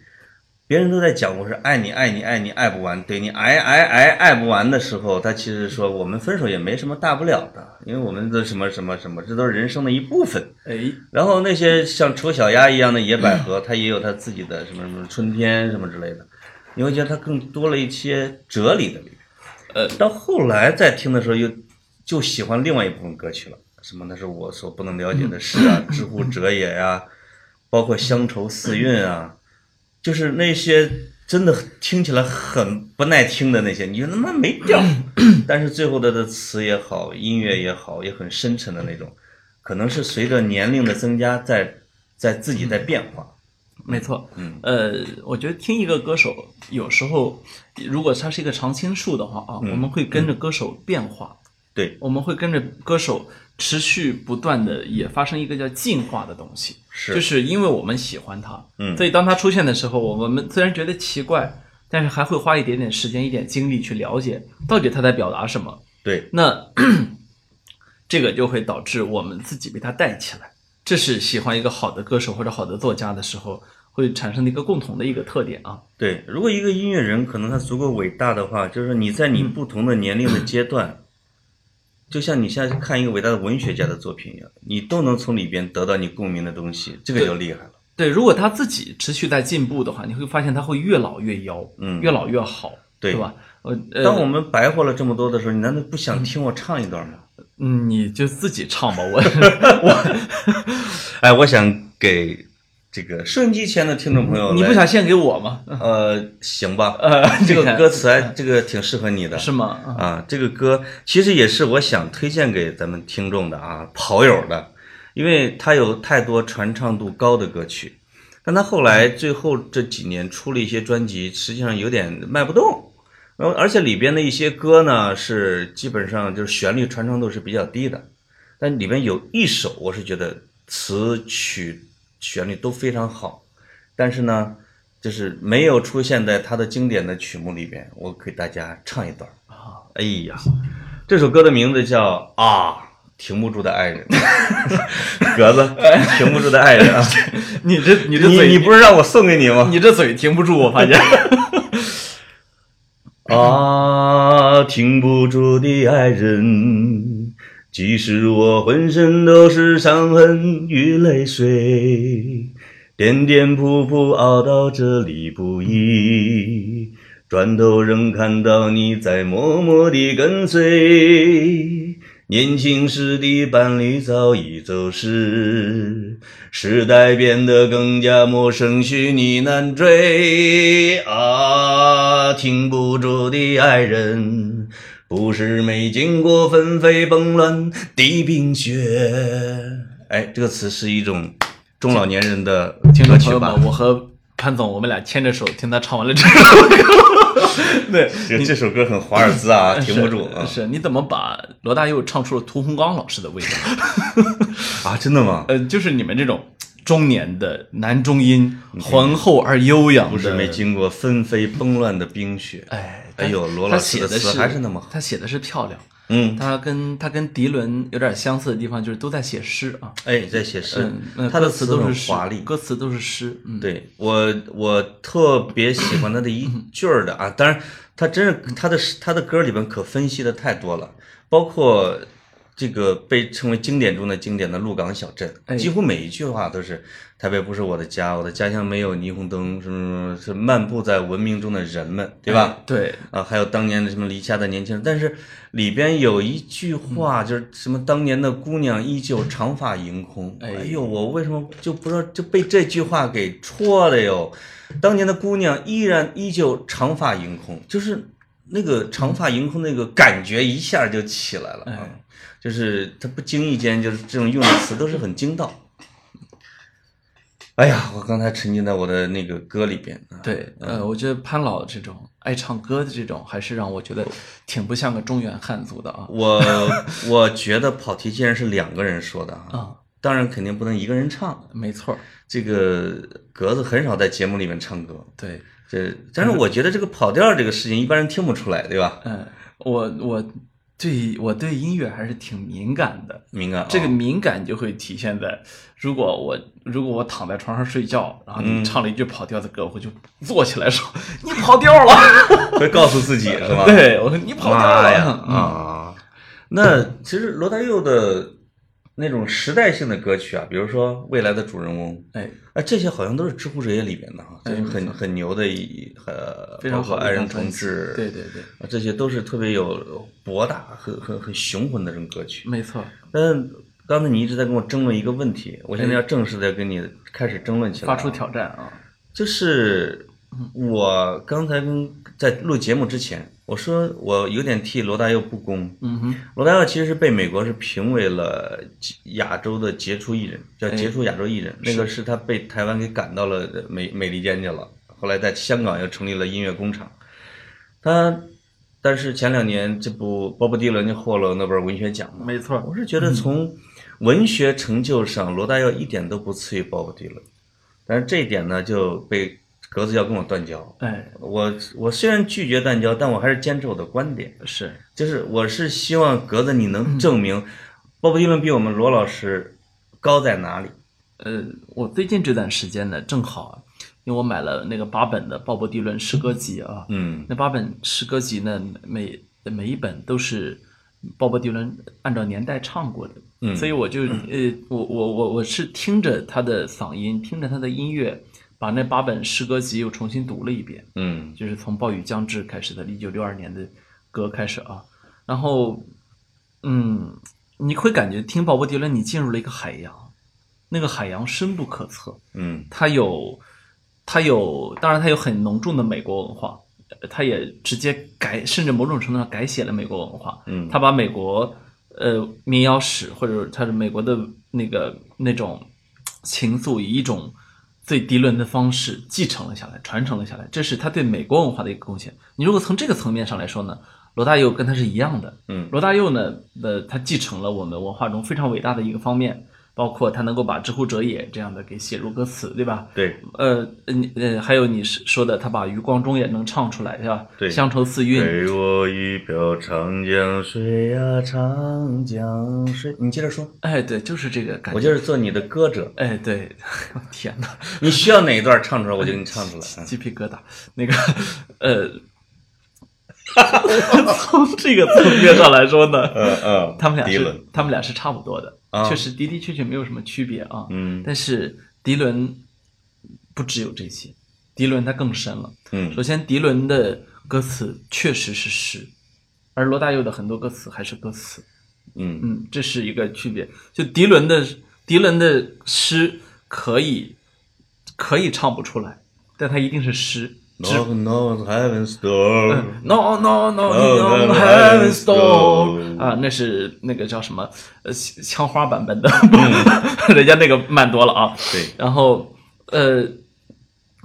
S2: 别人都在讲我是爱你爱你爱你爱不完，对你爱爱爱爱不完的时候，他其实说我们分手也没什么大不了的，因为我们的什么什么什么，这都是人生的一部分。
S1: 哎，
S2: 然后那些像丑小鸭一样的野百合，它也有它自己的什么什么春天什么之类的，你会觉得它更多了一些哲理的里面。
S1: 呃，
S2: 到后来再听的时候又，就喜欢另外一部分歌曲了，什么那是我所不能了解的事啊，知乎者也呀、包括乡愁四韵啊，就是那些真的听起来很不耐听的那些，你觉得他妈没调儿，但是最后的的词也好，音乐也好，也很深沉的那种，可能是随着年龄的增加在在自己在
S1: 嗯
S2: 变化。
S1: 没错。
S2: 嗯，
S1: 呃，我觉得听一个歌手，有时候如果他是一个常青树的话啊，我们会跟着歌手变化，
S2: 对，
S1: 我们会跟着歌手持续不断的也发生一个叫进化的东西。
S2: 是，
S1: 就是因为我们喜欢它，
S2: 嗯
S1: 所以当它出现的时候，我们虽然觉得奇怪，但是还会花一点点时间、一点精力去了解到底它在表达什么。
S2: 对，
S1: 那 这个就会导致我们自己被它带起来，这是喜欢一个好的歌手或者好的作家的时候会产生的一个共同的一个特点啊。
S2: 对，如果一个音乐人可能他足够伟大的话，就是你在
S1: 嗯
S2: 你不同的年龄的阶段，就像你现在看一个伟大的文学家的作品一样，你都能从里边得到你共鸣的东西，这个就厉害了。
S1: 对，如果他自己持续在进步的话，你会发现他会越老越妖，
S2: 嗯
S1: 越老越好，
S2: 对
S1: 吧？呃，呃
S2: 当我们白活了这么多的时候，你难道不想听我唱一段吗？
S1: 嗯，你就自己唱吧， 我
S2: 哎，我想给这个收音机前的听众朋友，
S1: 你不想？献给我 吗？
S2: 呃，行吧，
S1: 呃， 你
S2: 这个
S1: 看
S2: 歌词还这个挺适合你的，
S1: 是吗？啊
S2: 啊，这个歌其实也是我想推荐给咱们听众的啊，跑友的，因为他有太多传唱度高的歌曲，但他后来最后这几年出了一些专辑，实际上有点卖不动，然后而且里边的一些歌呢是基本上就是旋律传唱度是比较低的，但里边有一首我是觉得词曲旋律都非常好，但是呢。就是没有出现在他的经典的曲目里边，我给大家唱一段儿。哎呀，这首歌的名字叫啊，停不住的爱人， 格 子，停不住的爱人啊！
S1: 你这 你这
S2: 你
S1: 嘴
S2: 你不是让我送给你吗？
S1: 你这嘴停不住，我发现。
S2: 啊，停不住的爱人，即使我浑身都是伤痕与泪水，颠颠扑扑熬到这里不易，转头仍看到你在默默地跟随。年轻时的伴侣早已走失，时代变得更加陌生，虚拟难追啊！停不住的爱人，不是没经过纷飞崩乱的冰雪。哎，这个词是一种中老年人的
S1: 听 众
S2: 歌
S1: 朋
S2: 曲
S1: 友
S2: 吧
S1: 们，？我和潘总我们俩牵着手听他唱完了这首歌。对，
S2: 这这首歌很华尔兹啊， 停不住啊
S1: 是是，你怎么把罗大佑唱出了屠洪刚老师的味道？
S2: 啊！真的吗？
S1: 呃，就是你们这种中年的男中音，浑厚而悠扬的，
S2: 不是没经过纷飞崩乱的冰雪。
S1: 哎，
S2: 哎呦
S1: 但
S2: 罗
S1: 他
S2: 老师
S1: 写
S2: 的
S1: 的
S2: 词还是那么好
S1: 他写的是漂亮。
S2: 嗯，
S1: 他跟他跟迪伦有点相似的地方，就是都在写诗啊。
S2: 哎，在写诗
S1: 嗯，嗯，，
S2: 他
S1: 歌
S2: 的
S1: 词
S2: 词
S1: 都
S2: 很
S1: 是诗
S2: 华丽。
S1: 歌词都是诗。嗯，
S2: 对我，我特别喜欢他的一句儿的啊，当然，他真是他的他的歌里边可分析的太多了，包括这个被称为经典中的经典的《鹿港小镇
S1: 哎》，
S2: 几乎每一句话都是“台北不是我的家，我的家乡没有霓虹灯”，什么什么，是漫步在文明中的人们，对吧？
S1: 哎？对，
S2: 啊，还有当年的什么离家的年轻人，但是里边有一句话，就是什么当年的姑娘依旧长发盈空。
S1: 哎
S2: 哎呦，我为什么就不知道就被这句话给戳的哟？当年的姑娘依然依旧长发盈空，就是那个长发盈空那个感觉一下就起来了啊！就是他不经意间就是这种用的词都是很精到。哎呀，我刚才沉浸在我的那个歌里边啊。
S1: 对，呃，我觉得潘老这种爱唱歌的这种，还是让我觉得挺不像个中原汉族的啊。
S2: 我我觉得跑题既然是两个人说的啊，
S1: 啊，
S2: 当然肯定不能一个人唱。
S1: 没错儿，
S2: 这个格子很少在节目里面唱歌，
S1: 对，
S2: 这但是我觉得这个跑调这个事情一般人听不出来，对吧？
S1: 嗯，我我对我对音乐还是挺敏感的，
S2: 敏感啊、
S1: 这个敏感就会体现在，如果我如果我躺在床上睡觉，然后
S2: 嗯
S1: 你唱了一句跑调的歌，我就坐起来说 你跑调了，
S2: 会告 诉自己是吧？
S1: 对我说你跑调
S2: 啊妈
S1: 了
S2: 呀
S1: 嗯
S2: 啊！那其实罗大佑的那种时代性的歌曲啊，比如说《未来的主人翁》，
S1: 哎，
S2: 哎，这些好像都是《知乎者也》里面的哈，
S1: 哎
S2: 这是很、
S1: 没错
S2: 很牛的一呃，
S1: 非常
S2: 包括
S1: 好的
S2: 爱
S1: 一张
S2: 人
S1: 专
S2: 同
S1: 辑
S2: 志，
S1: 对对对，
S2: 啊，这些都是特别有博大、很很很雄浑的这种歌曲。
S1: 没错，
S2: 但刚才你一直在跟我争论一个问题，我现在
S1: 哎
S2: 要正式的跟你开始争论起来
S1: 发
S2: 啊。
S1: 出挑战啊，
S2: 就是我刚才跟在录节目之前，我说我有点替罗大佑不公。
S1: 嗯哼，
S2: 罗大佑其实是被美国是评为了亚洲的杰出艺人，叫杰出亚洲艺人。那个是他被台湾给赶到了美美利坚去了，后来在香港又成立了音乐工厂。他，但是前两年这部鲍勃迪伦就获了诺贝尔文学奖嘛。
S1: 没错
S2: 我是觉得从文学成就上，罗大佑一点都不次于鲍勃迪伦，但是这一点呢就被格子要跟我断交。
S1: 哎，
S2: 我我虽然拒绝断交，但我还是坚持我的观点。
S1: 是
S2: 就是我是希望格子你
S1: 嗯
S2: 能证明，鲍勃迪伦比我们罗老师高在哪里？
S1: 呃，我最近这段时间呢，正好啊，因为我买了那个八本的鲍勃迪伦诗歌集啊，
S2: 嗯，
S1: 那八本诗歌集呢，每每一本都是鲍勃迪伦按照年代唱过的，
S2: 嗯
S1: 所以我就呃，我我我我是听着他的嗓音，听着他的音乐，把那八本诗歌集又重新读了一遍，
S2: 嗯
S1: 就是从《暴雨将至》开始的，一九六二年的歌开始啊，然后嗯，你会感觉听鲍勃迪伦，你进入了一个海洋，那个海洋深不可测，
S2: 嗯
S1: 它有，它有，当然它有很浓重的美国文化，呃它也直接改，甚至某种程度上改写了美国文化。
S2: 嗯，
S1: 它把美国呃民谣史或者它的美国的那个那种情愫，以一种最低论的方式继承了下来，传承了下来，这是他对美国文化的一个贡献。你如果从这个层面上来说呢，罗大佑跟他是一样的，
S2: 嗯
S1: 罗大佑呢，呃，他继承了我们文化中非常伟大的一个方面，包括他能够把“知乎者也”这样的给写入歌词，对吧？
S2: 对，
S1: 呃，你呃，还有你是说的，他把余光中也能唱出来，对吧？
S2: 对
S1: 乡愁四韵，
S2: 给我一瓢长江水呀、长江水。你接着说，
S1: 哎，对，就是这个感
S2: 我
S1: 觉。
S2: 就是做你的歌者，
S1: 哎，对， 天哪，
S2: 你需要哪一段唱出来，我就给你唱出来。 嗯
S1: 鸡皮疙瘩。那个， 呃，从这个层面上来说呢，
S2: 嗯嗯，
S1: 他们俩
S2: 迪
S1: 是
S2: 伦，
S1: 他们俩是差不多的，
S2: 啊
S1: 确实的的确确没有什么区别啊。
S2: 嗯
S1: 但是迪伦不只有这些，迪伦他更深了。
S2: 嗯
S1: 首先，迪伦的歌词确实是诗，而罗大佑的很多歌词还是歌词，
S2: 嗯
S1: 嗯，这是一个区别。就迪伦的迪伦的诗可以可以唱不出来，但它一定是嗯诗。
S2: ，Knock knock heaven door，
S1: No no no no
S2: Oh, 嗯
S1: heaven
S2: no,
S1: stone
S2: heaven stone
S1: 啊，那是那个叫什么呃枪枪花版本的，
S2: 嗯
S1: 人家那个慢多了啊。
S2: 对，
S1: 然后呃，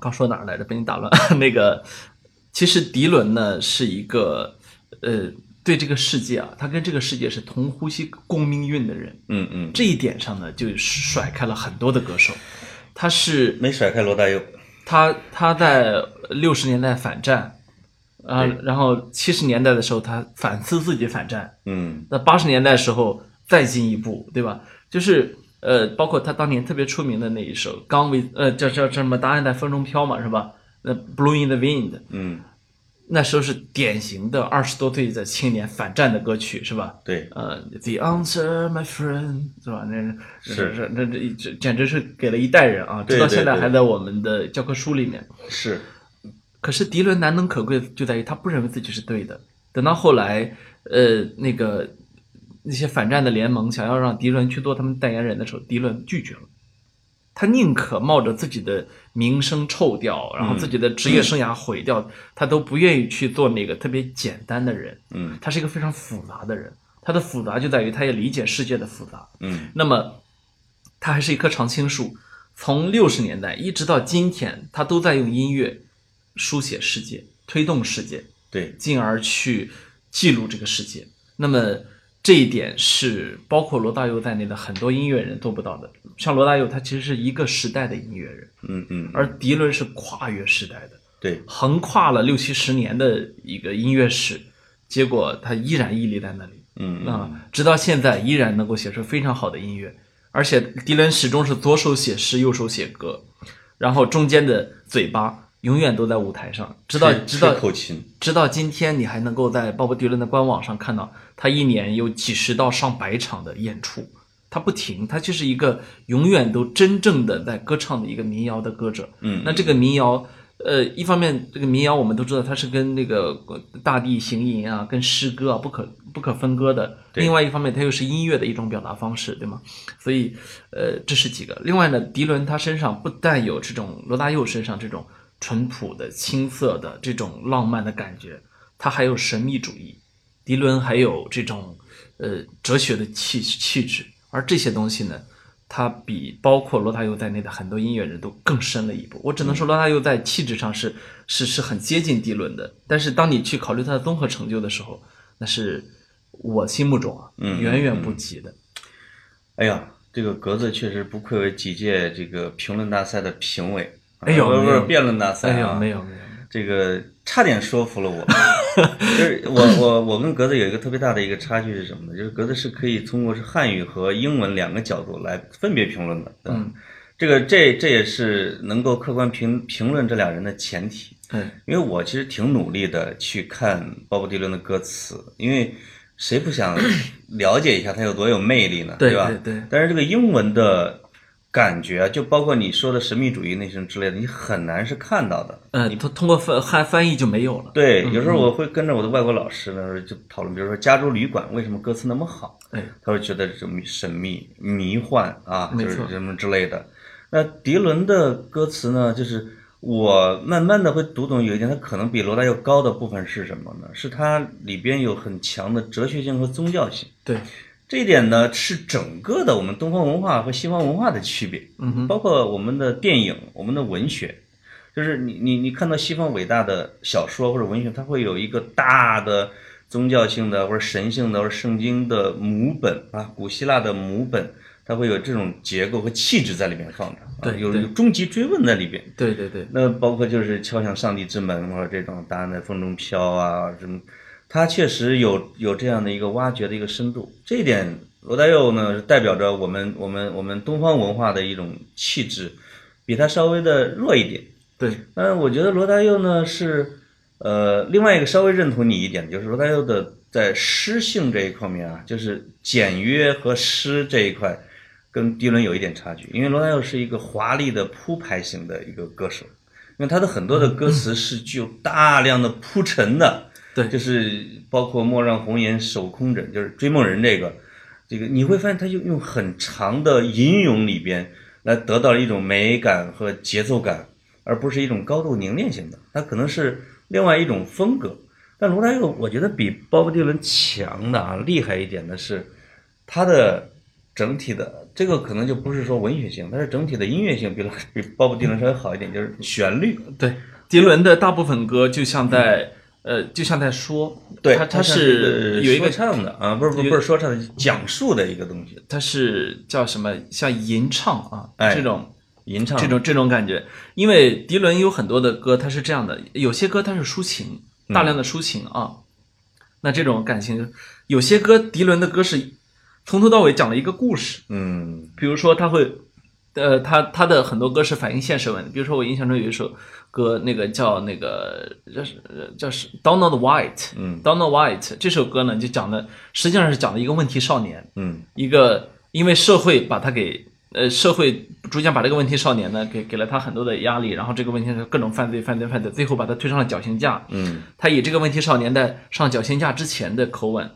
S1: 刚说哪儿来着？被你打乱。 那个，其实迪伦呢是一个呃，对这个世界啊，他跟这个世界是同呼吸共命运的人。
S2: 嗯嗯，
S1: 这一点上呢，就甩开了很多的歌手。他是
S2: 没甩开罗大佑，
S1: 他他在六十年代反战，啊、
S2: 对
S1: 然后七十年代的时候他反思自己反战，
S2: 嗯
S1: 那八十年代的时候再进一步，对吧？就是呃，包括他当年特别出名的那一首《刚为呃叫叫叫什么答案在风中飘》嘛，是吧？那《Blowing in the Wind》
S2: 嗯，
S1: 那时候是典型的二十多岁的青年反战的歌曲，是吧？
S2: 对，
S1: 呃，The answer, my friend，是吧？那
S2: 是
S1: 这这这这简直是给了一代人啊，直
S2: 对
S1: 到
S2: 对
S1: 现在
S2: 对
S1: 还在我们的教科书里面。
S2: 是，
S1: 可是迪伦难能可贵就在于他不认为自己是对的。等到后来，呃，那个那些反战的联盟想要让迪伦去做他们代言人的时候，迪伦拒绝了。他宁可冒着自己的名声臭掉，然后自己的职业生涯毁掉，他都不愿意去做那个特别简单的人。
S2: 嗯
S1: 他是一个非常复杂的人，他的复杂就在于他也理解世界的复杂。
S2: 嗯
S1: 那么，它还是一棵常青树，从六十年代一直到今天，它都在用音乐书写世界，推动世界，
S2: 对，
S1: 进而去记录这个世界。那么这一点是包括罗大佑在内的很多音乐人做不到的。像罗大佑，他其实是一个时代的音乐人，
S2: 嗯嗯，
S1: 而迪伦是跨越时代的，
S2: 对，
S1: 横跨了六七十年的一个音乐史，结果他依然屹立在那里。
S2: 嗯
S1: 啊
S2: 嗯，
S1: 直到现在依然能够写出非常好的音乐，而且迪伦始终是左手写诗，右手写歌，然后中间的嘴巴永远都在舞台上，直到
S2: 吹
S1: 直到
S2: 吹口琴，
S1: 直到今天，你还能够在鲍勃迪伦的官网上看到他一年有几十到上百场的演出，他不停，他就是一个永远都真正的在歌唱的一个民谣的歌者。
S2: 嗯，
S1: 那这个民谣，呃，一方面这个民谣我们都知道它是跟那个呃大地行吟啊、跟诗歌啊不可不可分割的；
S2: 对
S1: 另外一方面，它又是音乐的一种表达方式，对吗？所以，呃，这是几个。另外呢，迪伦他身上不但有这种罗大佑身上这种淳朴的、青涩的这种浪漫的感觉，他还有神秘主义，迪伦还有这种呃哲学的气气质，而这些东西呢，它比包括罗大佑在内的很多音乐人都更深了一步。我只能
S2: 嗯
S1: 说罗大佑在气质上是是是很接近迪伦的，但是当你去考虑他的综合成就的时候，那是我心目中啊
S2: 嗯
S1: 远远不及的。
S2: 哎呀，这个格子确实不愧为几届这个评论大赛的评委，
S1: 哎呦
S2: 啊不是
S1: 没
S2: 不
S1: 有
S2: 是辩论大
S1: 哎
S2: 赛
S1: 呀，
S2: 啊，
S1: 没有没有，
S2: 这个差点说 服了我，就是我我我跟格子有一个特别大的一个差距是什么呢？就是格子是可以通过是汉语和英文两个角度来分别评论的，对吧
S1: 嗯
S2: 这个这这也是能够客观评评论这俩人的前提，
S1: 哎，
S2: 因为我其实挺努力的去看鲍勃迪伦的歌词，因为谁不 想了解一下他有多有魅力呢？
S1: 对
S2: 吧？
S1: 对对
S2: 但是这个英文的感觉，啊就包括你说的神秘主义那什么之类的，你很难是看到的。
S1: 呃，通通过翻翻翻译就没有了。
S2: 对，有
S1: 嗯
S2: 时候我会跟着我的外国老师呢，就讨论，比如说《加州旅馆》为什么歌词那么好，
S1: 哎，
S2: 他会觉得这种神秘、迷幻啊，
S1: 没
S2: 就
S1: 错
S2: 是什么之类的。那迪伦的歌词呢，就是我慢慢的会读懂有一点，他可能比罗大佑高的部分是什么呢？是它里边有很强的哲学性和宗教性。
S1: 对，
S2: 这一点呢，是整个的我们东方文化和西方文化的区别。
S1: 嗯哼，
S2: 包括我们的电影、我们的文学，就是你你你看到西方伟大的小说或者文学，它会有一个大的宗教性的或者神性的或者圣经的母本啊，古希腊的母本，它会有这种结构和气质在里面放着，啊、
S1: 对
S2: 有
S1: 对
S2: 有终极追问在里边。
S1: 对对对，
S2: 那包括就是敲响上帝之门或者这种答案在风中飘啊什么，它确实有有这样的一个挖掘的一个深度。这一点，罗大佑呢代表着我们我们我们东方文化的一种气质，比他稍微的弱一点。
S1: 对，
S2: 但是我觉得罗大佑呢是，呃，另外一个稍微认同你一点，就是罗大佑的在诗性这一方面啊，就是简约和诗这一块，跟迪伦有一点差距，因为罗大佑是一个华丽的铺排型的一个歌手，因为他的很多的歌词是具有大量的铺陈的，
S1: 对
S2: 就是包括“莫让红颜守空枕”，就是《追梦人》这个，这个你会发现，他就用很长的吟咏里边来得到了一种美感和节奏感，而不是一种高度凝练性的，它可能是另外一种风格。但罗大佑，我觉得比鲍勃迪伦强的啊，厉害一点的是，他的整体的这个可能就不是说文学性，它是整体的音乐性比 比鲍勃迪伦稍微好一点，就是旋律。
S1: 对，迪伦的大部分歌就像在、呃，就像在说，
S2: 对，
S1: 他
S2: 它
S1: 是有一
S2: 说
S1: 个
S2: 唱的啊，不是不是不是说唱的，讲述的一个东西，
S1: 它是叫什么？像吟唱啊，
S2: 哎
S1: 这种
S2: 吟唱
S1: 这种这种感觉。因为迪伦有很多的歌，它是这样的，有些歌它是抒情，大量的抒情啊。那这种感情，有些歌迪伦的歌是从头到尾讲了一个故事，
S2: 嗯
S1: 比如说他会，呃，他他的很多歌是反映现实问题。比如说我印象中有一首歌，那个叫那个叫是叫是 Donald White，
S2: 嗯
S1: ，Donald White 这首歌呢，就讲的实际上是讲的一个问题少年，
S2: 嗯
S1: 一个因为社会把他给呃社会逐渐把这个问题少年呢给给了他很多的压力，然后这个问题是各种犯罪犯罪犯罪，最后把他推上了绞刑架。
S2: 嗯
S1: 他以这个问题少年在上绞刑架之前的口吻，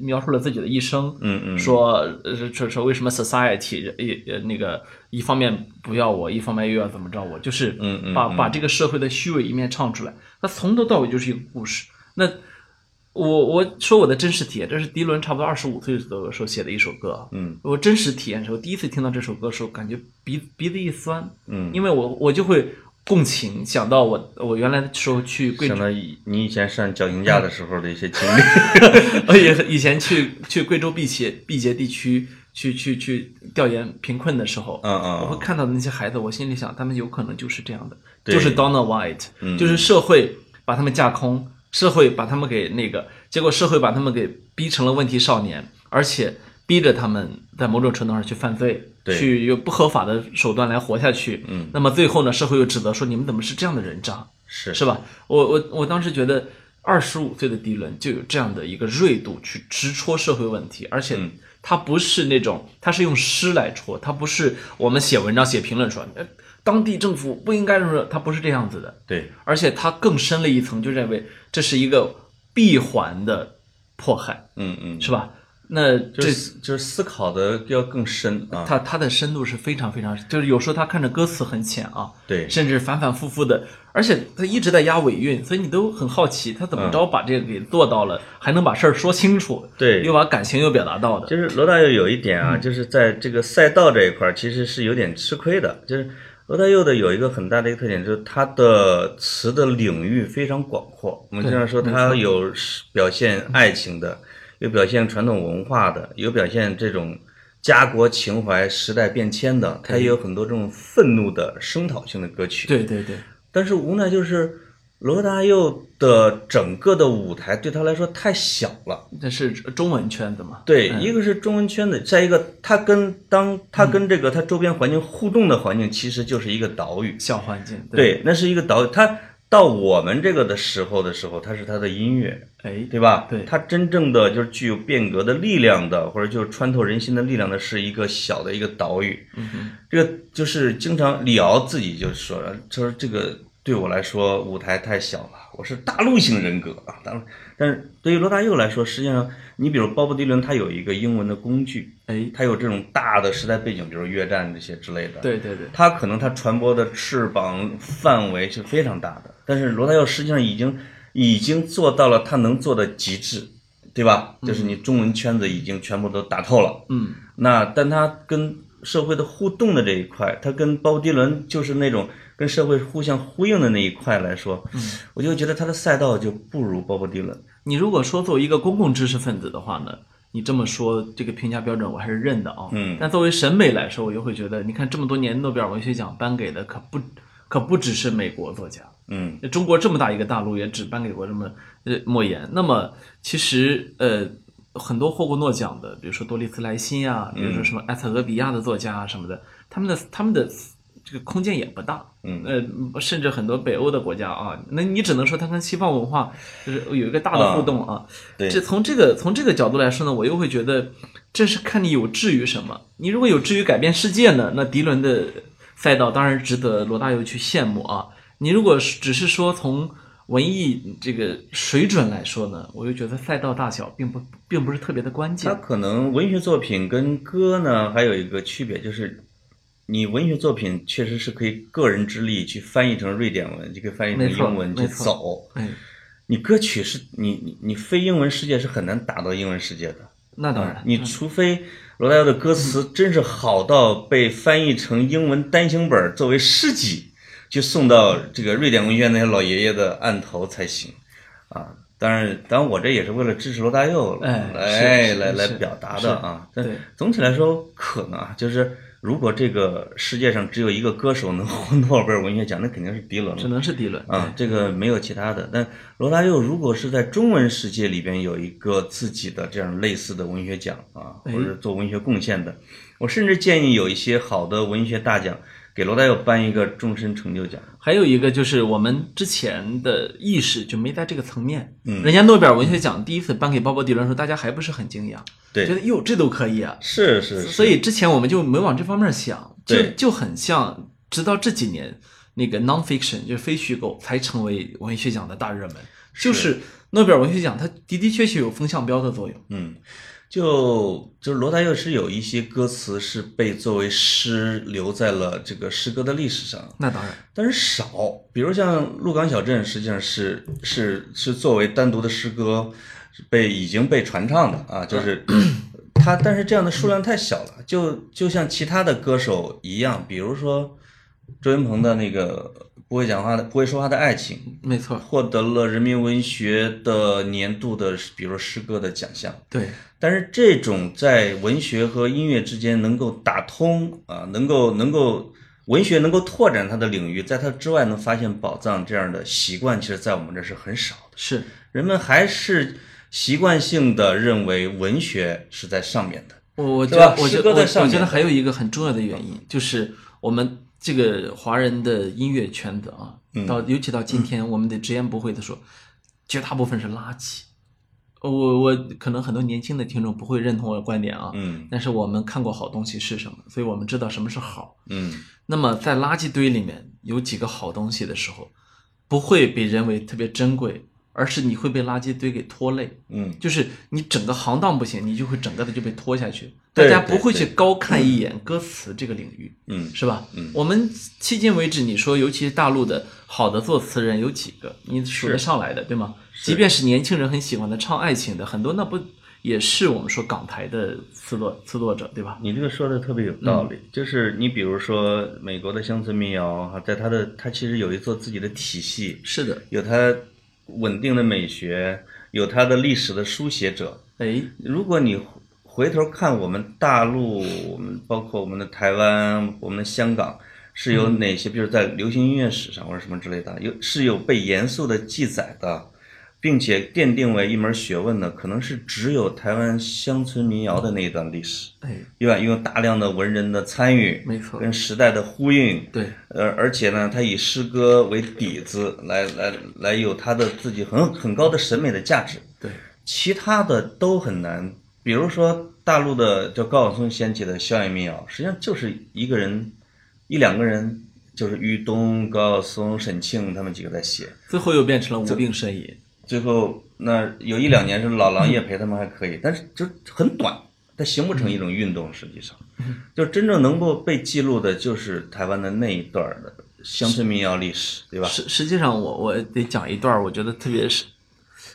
S1: 描述了自己的一生，
S2: 嗯嗯，
S1: 说呃说说为什么 society 也也那个一方面不要我，一方面又要怎么着我，就是
S2: 嗯嗯
S1: 把
S2: 嗯
S1: 把这个社会的虚伪一面唱出来。那从头到尾就是一个故事。那我我说我的真实体验，这是迪伦差不多二十五岁左右的时候写的一首歌。
S2: 嗯
S1: 我真实体验的时候，第一次听到这首歌的时候，感觉鼻鼻子一酸，
S2: 嗯，
S1: 因为我我就会共情，想到我我原来的时候去贵州
S2: 想到以你以前上绞刑架的时候的一些经历，
S1: 我也以前去去贵州毕节毕节地区去去去调研贫困的时候，
S2: 嗯
S1: 我会
S2: 嗯
S1: 看到那些孩子，我心里想，他们有可能就是这样的，
S2: 对
S1: 就是 Donald White，、
S2: 嗯
S1: 就是社会把他们架空，社会把他们给那个，结果社会把他们给逼成了问题少年，而且逼着他们在某种程度上去犯罪，
S2: 对
S1: 去用不合法的手段来活下去。
S2: 嗯，
S1: 那么最后呢，社会又指责说你们怎么是这样的人渣？
S2: 是
S1: 是吧？我我我当时觉得，二十五岁的迪伦就有这样的一个锐度去直戳社会问题，而且
S2: 嗯
S1: 他不是那种，他是用诗来戳，他不是我们写文章写评论说，呃当地政府不应该什么，他不是这样子的，
S2: 对，
S1: 而且他更深了一层，就认为这是一个闭环的迫害，
S2: 嗯嗯，
S1: 是吧？那
S2: 就
S1: 这
S2: 是思就是思考的要更深啊，
S1: 他他的深度是非常非常，就是有时候他看着歌词很浅啊，
S2: 对，
S1: 甚至反反复复的，而且他一直在押尾韵，所以你都很好奇他怎么着把这个给做到了，还能把事儿说清楚，
S2: 嗯对
S1: 又把感情又表达到的，
S2: 就是罗大佑有一点啊，就是在这个赛道这一块儿其实是有点吃亏的，就是罗大佑的有一个很大的一个特点，就是他的词的领域非常广阔。我们经常说他有表现爱情的，有表现传统文化的，有表现这种家国情怀、时代变迁的，他也有很多这种愤怒的声讨性的歌曲。
S1: 对对对，
S2: 但是无奈就是罗大佑的整个的舞台对他来说太小了。
S1: 这是中文圈子嘛，
S2: 对，
S1: 嗯
S2: 一个是中文圈子，再一个它跟当它跟这个它周边环境互动的环境，其实就是一个岛屿。
S1: 小环境，，
S2: 对，那是一个岛屿。它到我们这个的时候的时候，它是它的音乐，
S1: 哎，
S2: 对吧？
S1: 对
S2: 它真正的就是具有变革的力量的，或者就是穿透人心的力量的，是一个小的一个岛屿。
S1: 嗯哼
S2: 这个就是经常李敖自己就说了，他说这个对我来说舞台太小了，我是大陆型人格啊，大陆。但是对于罗大佑来说，实际上你比如鲍勃迪伦，他有一个英文的工具，
S1: 哎，
S2: 他有这种大的时代背景，比如越战这些之类的。，
S1: 对对对，
S2: 他可能他传播的翅膀范围是非常大的，但是罗大佑实际上已经已经做到了他能做的极致，对吧？就是你中文圈子已经全部都打透了。
S1: 嗯，
S2: 那但他跟社会的互动的这一块，他跟鲍勃迪伦就是那种跟社会互相呼应的那一块来说，我就觉得他的赛道就不如鲍勃迪伦。
S1: 你如果说作为一个公共知识分子的话呢？你这么说，这个评价标准我还是认的啊。
S2: 嗯
S1: 但作为审美来说，我又会觉得，你看这么多年诺贝尔文学奖颁给的可不可不只是美国作家，
S2: 嗯
S1: 中国这么大一个大陆，也只颁给过这么呃莫言。那么其实呃很多获过诺奖的，比如说多利斯莱辛啊，比如说什么埃塞俄比亚的作家啊什么的，他们的他们的这个空间也不大。
S2: 嗯
S1: 呃，甚至很多北欧的国家啊，那你只能说它跟西方文化就是有一个大的互动啊。
S2: 嗯对
S1: 这从这个从这个角度来说呢，我又会觉得这是看你有志于什么。你如果有志于改变世界呢，那迪伦的赛道当然值得罗大佑去羡慕啊。你如果是只是说从文艺这个水准来说呢，我又觉得赛道大小并不并不是特别的关
S2: 它
S1: 键。
S2: 可能文学作品跟歌呢还有一个区别，就是你文学作品确实是可以个人之力去翻译成瑞典文，就可以翻译成
S1: 没错
S2: 英文去
S1: 没错
S2: 走。
S1: 哎，
S2: 你歌曲是你你你非英文世界是很难打到英文世界的，
S1: 那当然，嗯
S2: 你除非罗大佑的歌词真是好到被翻译成英文单行本儿作为诗集，去送到这个瑞典文学院那些老爷爷的案头才行啊。当然，当然我这也是为了支持罗大佑，
S1: 哎
S2: 来
S1: 是是
S2: 来来
S1: 是
S2: 表达的啊。
S1: 是
S2: 但
S1: 对
S2: 总体来说，可能啊，就是如果这个世界上只有一个歌手能获 诺贝尔文学奖，那肯定是迪伦了
S1: 只能是哎迪伦。
S2: 啊，这个没有其他的。但罗大佑如果是在中文世界里边有一个自己的这样类似的文学奖啊，
S1: 哎
S2: 或者做文学贡献的，我甚至建议有一些好的文学大奖给罗大佑颁一个终身成就奖。
S1: 还有一个就是我们之前的意识就没在这个层面。
S2: 嗯
S1: 人家诺贝尔文学奖第一次颁给鲍勃迪伦的时候，大家还不是很惊讶，
S2: 对
S1: 觉得哟这都可以啊。
S2: 是是是，
S1: 所以之前我们就没往这方面想，就
S2: 对
S1: 就很像，直到这几年那个 nonfiction 就是非虚构才成为文学奖的大热门，就是诺贝尔文学奖它的的确确有风向标的作用。
S2: 嗯，就就是罗大佑是有一些歌词是被作为诗留在了这个诗歌的历史上，
S1: 那当然，
S2: 但是少，比如像《鹿港小镇》，实际上是是是作为单独的诗歌是被已经被传唱的啊，就是它，但是这样的数量太小了，就就像其他的歌手一样，比如说周云鹏的那个不会讲话的不会说话的爱情，
S1: 没错，
S2: 获得了人民文学的年度的，比如诗歌的奖项。
S1: 对，
S2: 但是这种在文学和音乐之间能够打通啊，能够能够文学能够拓展它的领域，在它之外能发现宝藏这样的习惯，其实在我们这是很少的。
S1: 是
S2: 人们还是习惯性的认为文学是在上面的。
S1: 我我觉
S2: 对吧
S1: 得我觉
S2: 诗
S1: 得
S2: 歌
S1: 我
S2: 在
S1: 我
S2: 上面
S1: 觉得还有一个很重要的原因，就是我们这个华人的音乐圈子啊，
S2: 嗯
S1: 到尤其到今天，我们得直言不讳的说，绝大部分是垃圾。我我可能很多年轻的听众不会认同我的观点啊，
S2: 嗯
S1: 但是我们看过好东西是什么，所以我们知道什么是好。
S2: 嗯，
S1: 那么在垃圾堆里面有几个好东西的时候，不会被认为特别珍贵，而是你会被垃圾堆给拖累。
S2: 嗯，
S1: 就是你整个行当不行，你就会整个的就被拖下去。大
S2: 对
S1: 家不会
S2: 对
S1: 去高看一眼歌词这个领域，
S2: 嗯
S1: 是吧？嗯，我们迄今为止，你说尤其是大陆的好的作词人有几个，你数得上来的，对吗？即便是年轻人很喜欢的唱爱情的，很多那不也是我们说港台的词作词作者，对吧？
S2: 你这个说的特别有道理，就是你比如说美国的乡村民谣哈，在它的它其实有一座自己的体系，
S1: 是的，
S2: 有它稳定的美学，有它的历史的书写者。
S1: 哎，
S2: 如果你回头看我们大陆，我们包括我们的台湾、我们的香港，是有
S1: 嗯
S2: 哪些，比如在流行音乐史上或者什么之类的，有是有被严肃的记载的，并且奠定为一门学问的，可能是只有台湾乡村民谣的那一段历史，
S1: 哎，
S2: 因为用大量的文人的参与，
S1: 没错
S2: 跟时代的呼应，
S1: 对，
S2: 呃，而且呢，他以诗歌为底子来来来有他的自己很很高的审美的价值，
S1: 对，
S2: 其他的都很难。比如说大陆的叫高晓松掀起的校园民谣，实际上就是一个人一两个人，就是于东、高晓松、沈庆他们几个在写。
S1: 最后又变成了无病呻吟。
S2: 最后那有一两年是老狼夜陪他们还可以，但是就很短，它形不成一种运动。实际上，就真正能够被记录的，就是台湾的那一段儿的乡村民谣历史，对吧？
S1: 实实际上我，我得讲一段儿，我觉得特别是，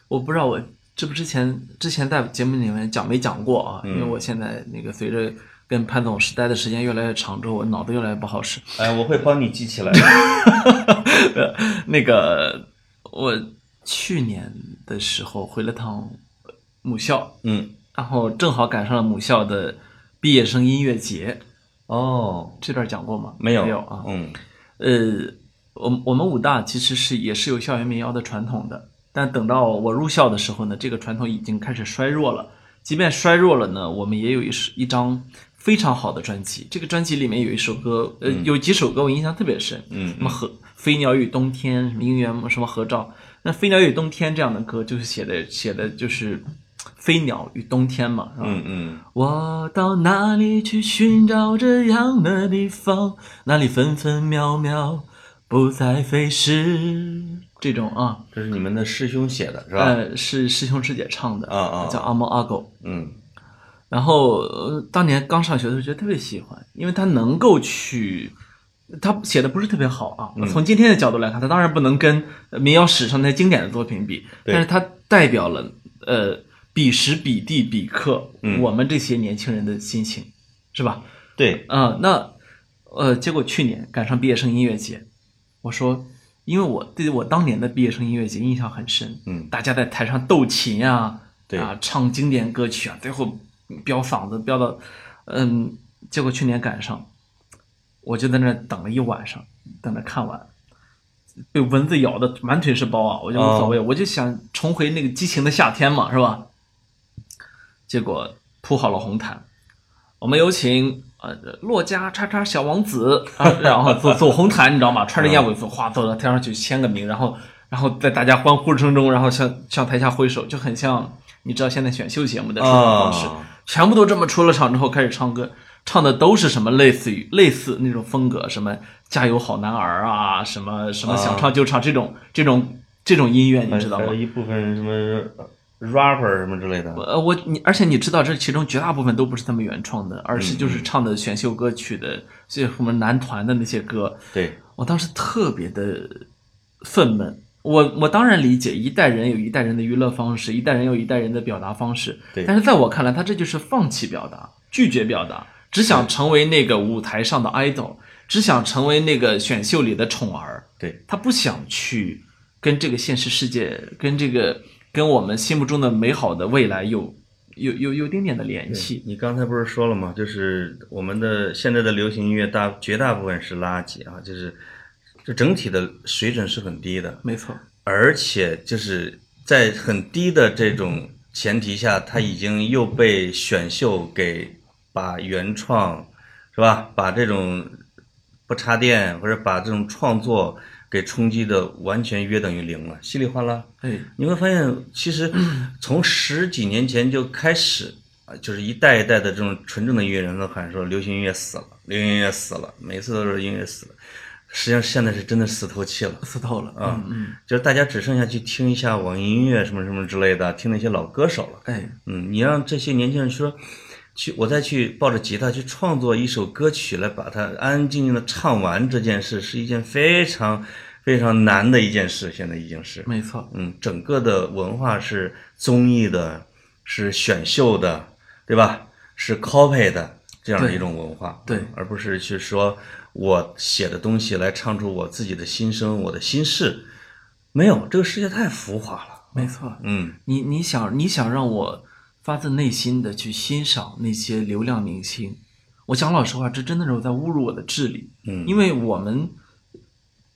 S1: 我不知道我这不之前之前在节目里面讲没讲过啊，
S2: 嗯
S1: 因为我现在那个随着跟潘总时待的时间越来越长之后，我脑子越来越不好使。
S2: 哎，我会帮你记起来。
S1: 那个我去年的时候回了趟母校，
S2: 嗯，
S1: 然后正好赶上了母校的毕业生音乐节，
S2: 哦，
S1: 这段讲过吗？
S2: 没有，
S1: 没有啊。
S2: 嗯
S1: 呃，我我们武大其实是也是有校园民谣的传统的，但等到我入校的时候呢，这个传统已经开始衰弱了。即便衰弱了呢，我们也有一首一张非常好的专辑，这个专辑里面有一首歌，呃，有几首歌我印象特别深，
S2: 嗯
S1: 什么和飞鸟与冬天，什么姻缘，什么合照。那飞鸟与冬天这样的歌，就是写的写的就是飞鸟与冬天嘛，是吧？
S2: 嗯嗯，
S1: 我到哪里去寻找这样的地方？哪里分分秒秒不再飞逝这种啊，
S2: 这是你们的师兄写的是吧？
S1: 呃，是师兄师姐唱的
S2: 啊啊
S1: 叫阿猫阿狗。
S2: 嗯
S1: 然后、呃、当年刚上学的时候，觉得特别喜欢，因为他能够去，他写的不是特别好啊。
S2: 嗯
S1: 从今天的角度来看，他当然不能跟呃民谣史上那些经典的作品比，
S2: 对
S1: 但是他代表了呃彼时彼地彼刻、
S2: 嗯
S1: 我们这些年轻人的心情，是吧？
S2: 对，
S1: 啊、那呃，结果去年赶上毕业生音乐节，我说，因为我对我当年的毕业生音乐节印象很深，
S2: 嗯
S1: 大家在台上斗琴啊，
S2: 对
S1: 啊，唱经典歌曲啊，最后飙嗓子飙到，嗯，结果去年赶上，我就在那儿等了一晚上，等着看完。被蚊子咬的满腿是包啊，我就无所谓，我就想重回那个激情的夏天嘛，是吧？结果铺好了红毯，我们有请呃洛家叉叉小王子，啊、然后走走红毯，你知道吗？穿着燕尾服，哗走到天上去签个名，然后然后在大家欢呼声中，然后向向台下挥手，就很像你知道现在选秀节目的出场方式，
S2: 啊
S1: 全部都这么出了场之后开始唱歌，唱的都是什么类似于类似那种风格，什么加油好男儿啊，什么什么想唱就唱这种这种这种音乐，你知道
S2: 还
S1: 吗
S2: 有？一部分什么呃 rapper 什么之类的，
S1: 呃，我你，而且你知道，这其中绝大部分都不是他们原创的，而是就是唱的选秀歌曲的，这什么男团的那些歌。
S2: 对，
S1: 我当时特别的愤懑。我我当然理解，一代人有一代人的娱乐方式，一代人有一代人的表达方式。
S2: 对
S1: 但是在我看来，他这就是放弃表达，拒绝表达，只想成为那个舞台上的 idol，只想成为那个选秀里的宠儿。
S2: 对，
S1: 他不想去跟这个现实世界，跟这个跟我们心目中的美好的未来有有有有点点的联系。
S2: 你刚才不是说了吗？就是我们的现在的流行音乐大绝大部分是垃圾啊，就是就整体的水准是很低的，
S1: 没错，
S2: 而且就是在很低的这种前提下，它已经又被选秀给把原创是吧？把这种不插电或者把这种创作给冲击的完全约等于零了，稀里哗啦。
S1: 哎，
S2: 你会发现，其实从十几年前就开始啊，就是一代一代的这种纯正的音乐人都喊说流行音乐死了，流行音乐死了，每次都是音乐死了。实际上现在是真的死透气了，
S1: 死透了
S2: 啊
S1: 嗯
S2: 就是大家只剩下去听一下网易音乐什么什么之类的，听那些老歌手了
S1: 嗯，。哎，
S2: 嗯，你让这些年轻人说，去我再去抱着吉他去创作一首歌曲来把它安安静静的唱完，这件事是一件非常非常难的一件事，现在已经是。
S1: 没错，
S2: 嗯，整个的文化是综艺的，是选秀的，对吧？是 copy 的这样的
S1: 对
S2: 一种文化，
S1: 对
S2: 而不是去说我写的东西来唱出我自己的心声、我的心事。没有，这个世界太浮华了。
S1: 没错。
S2: 嗯，
S1: 你你想你想让我发自内心的去欣赏那些流量明星，我讲老实话，这真的是我在侮辱我的智力。
S2: 嗯
S1: 因为我们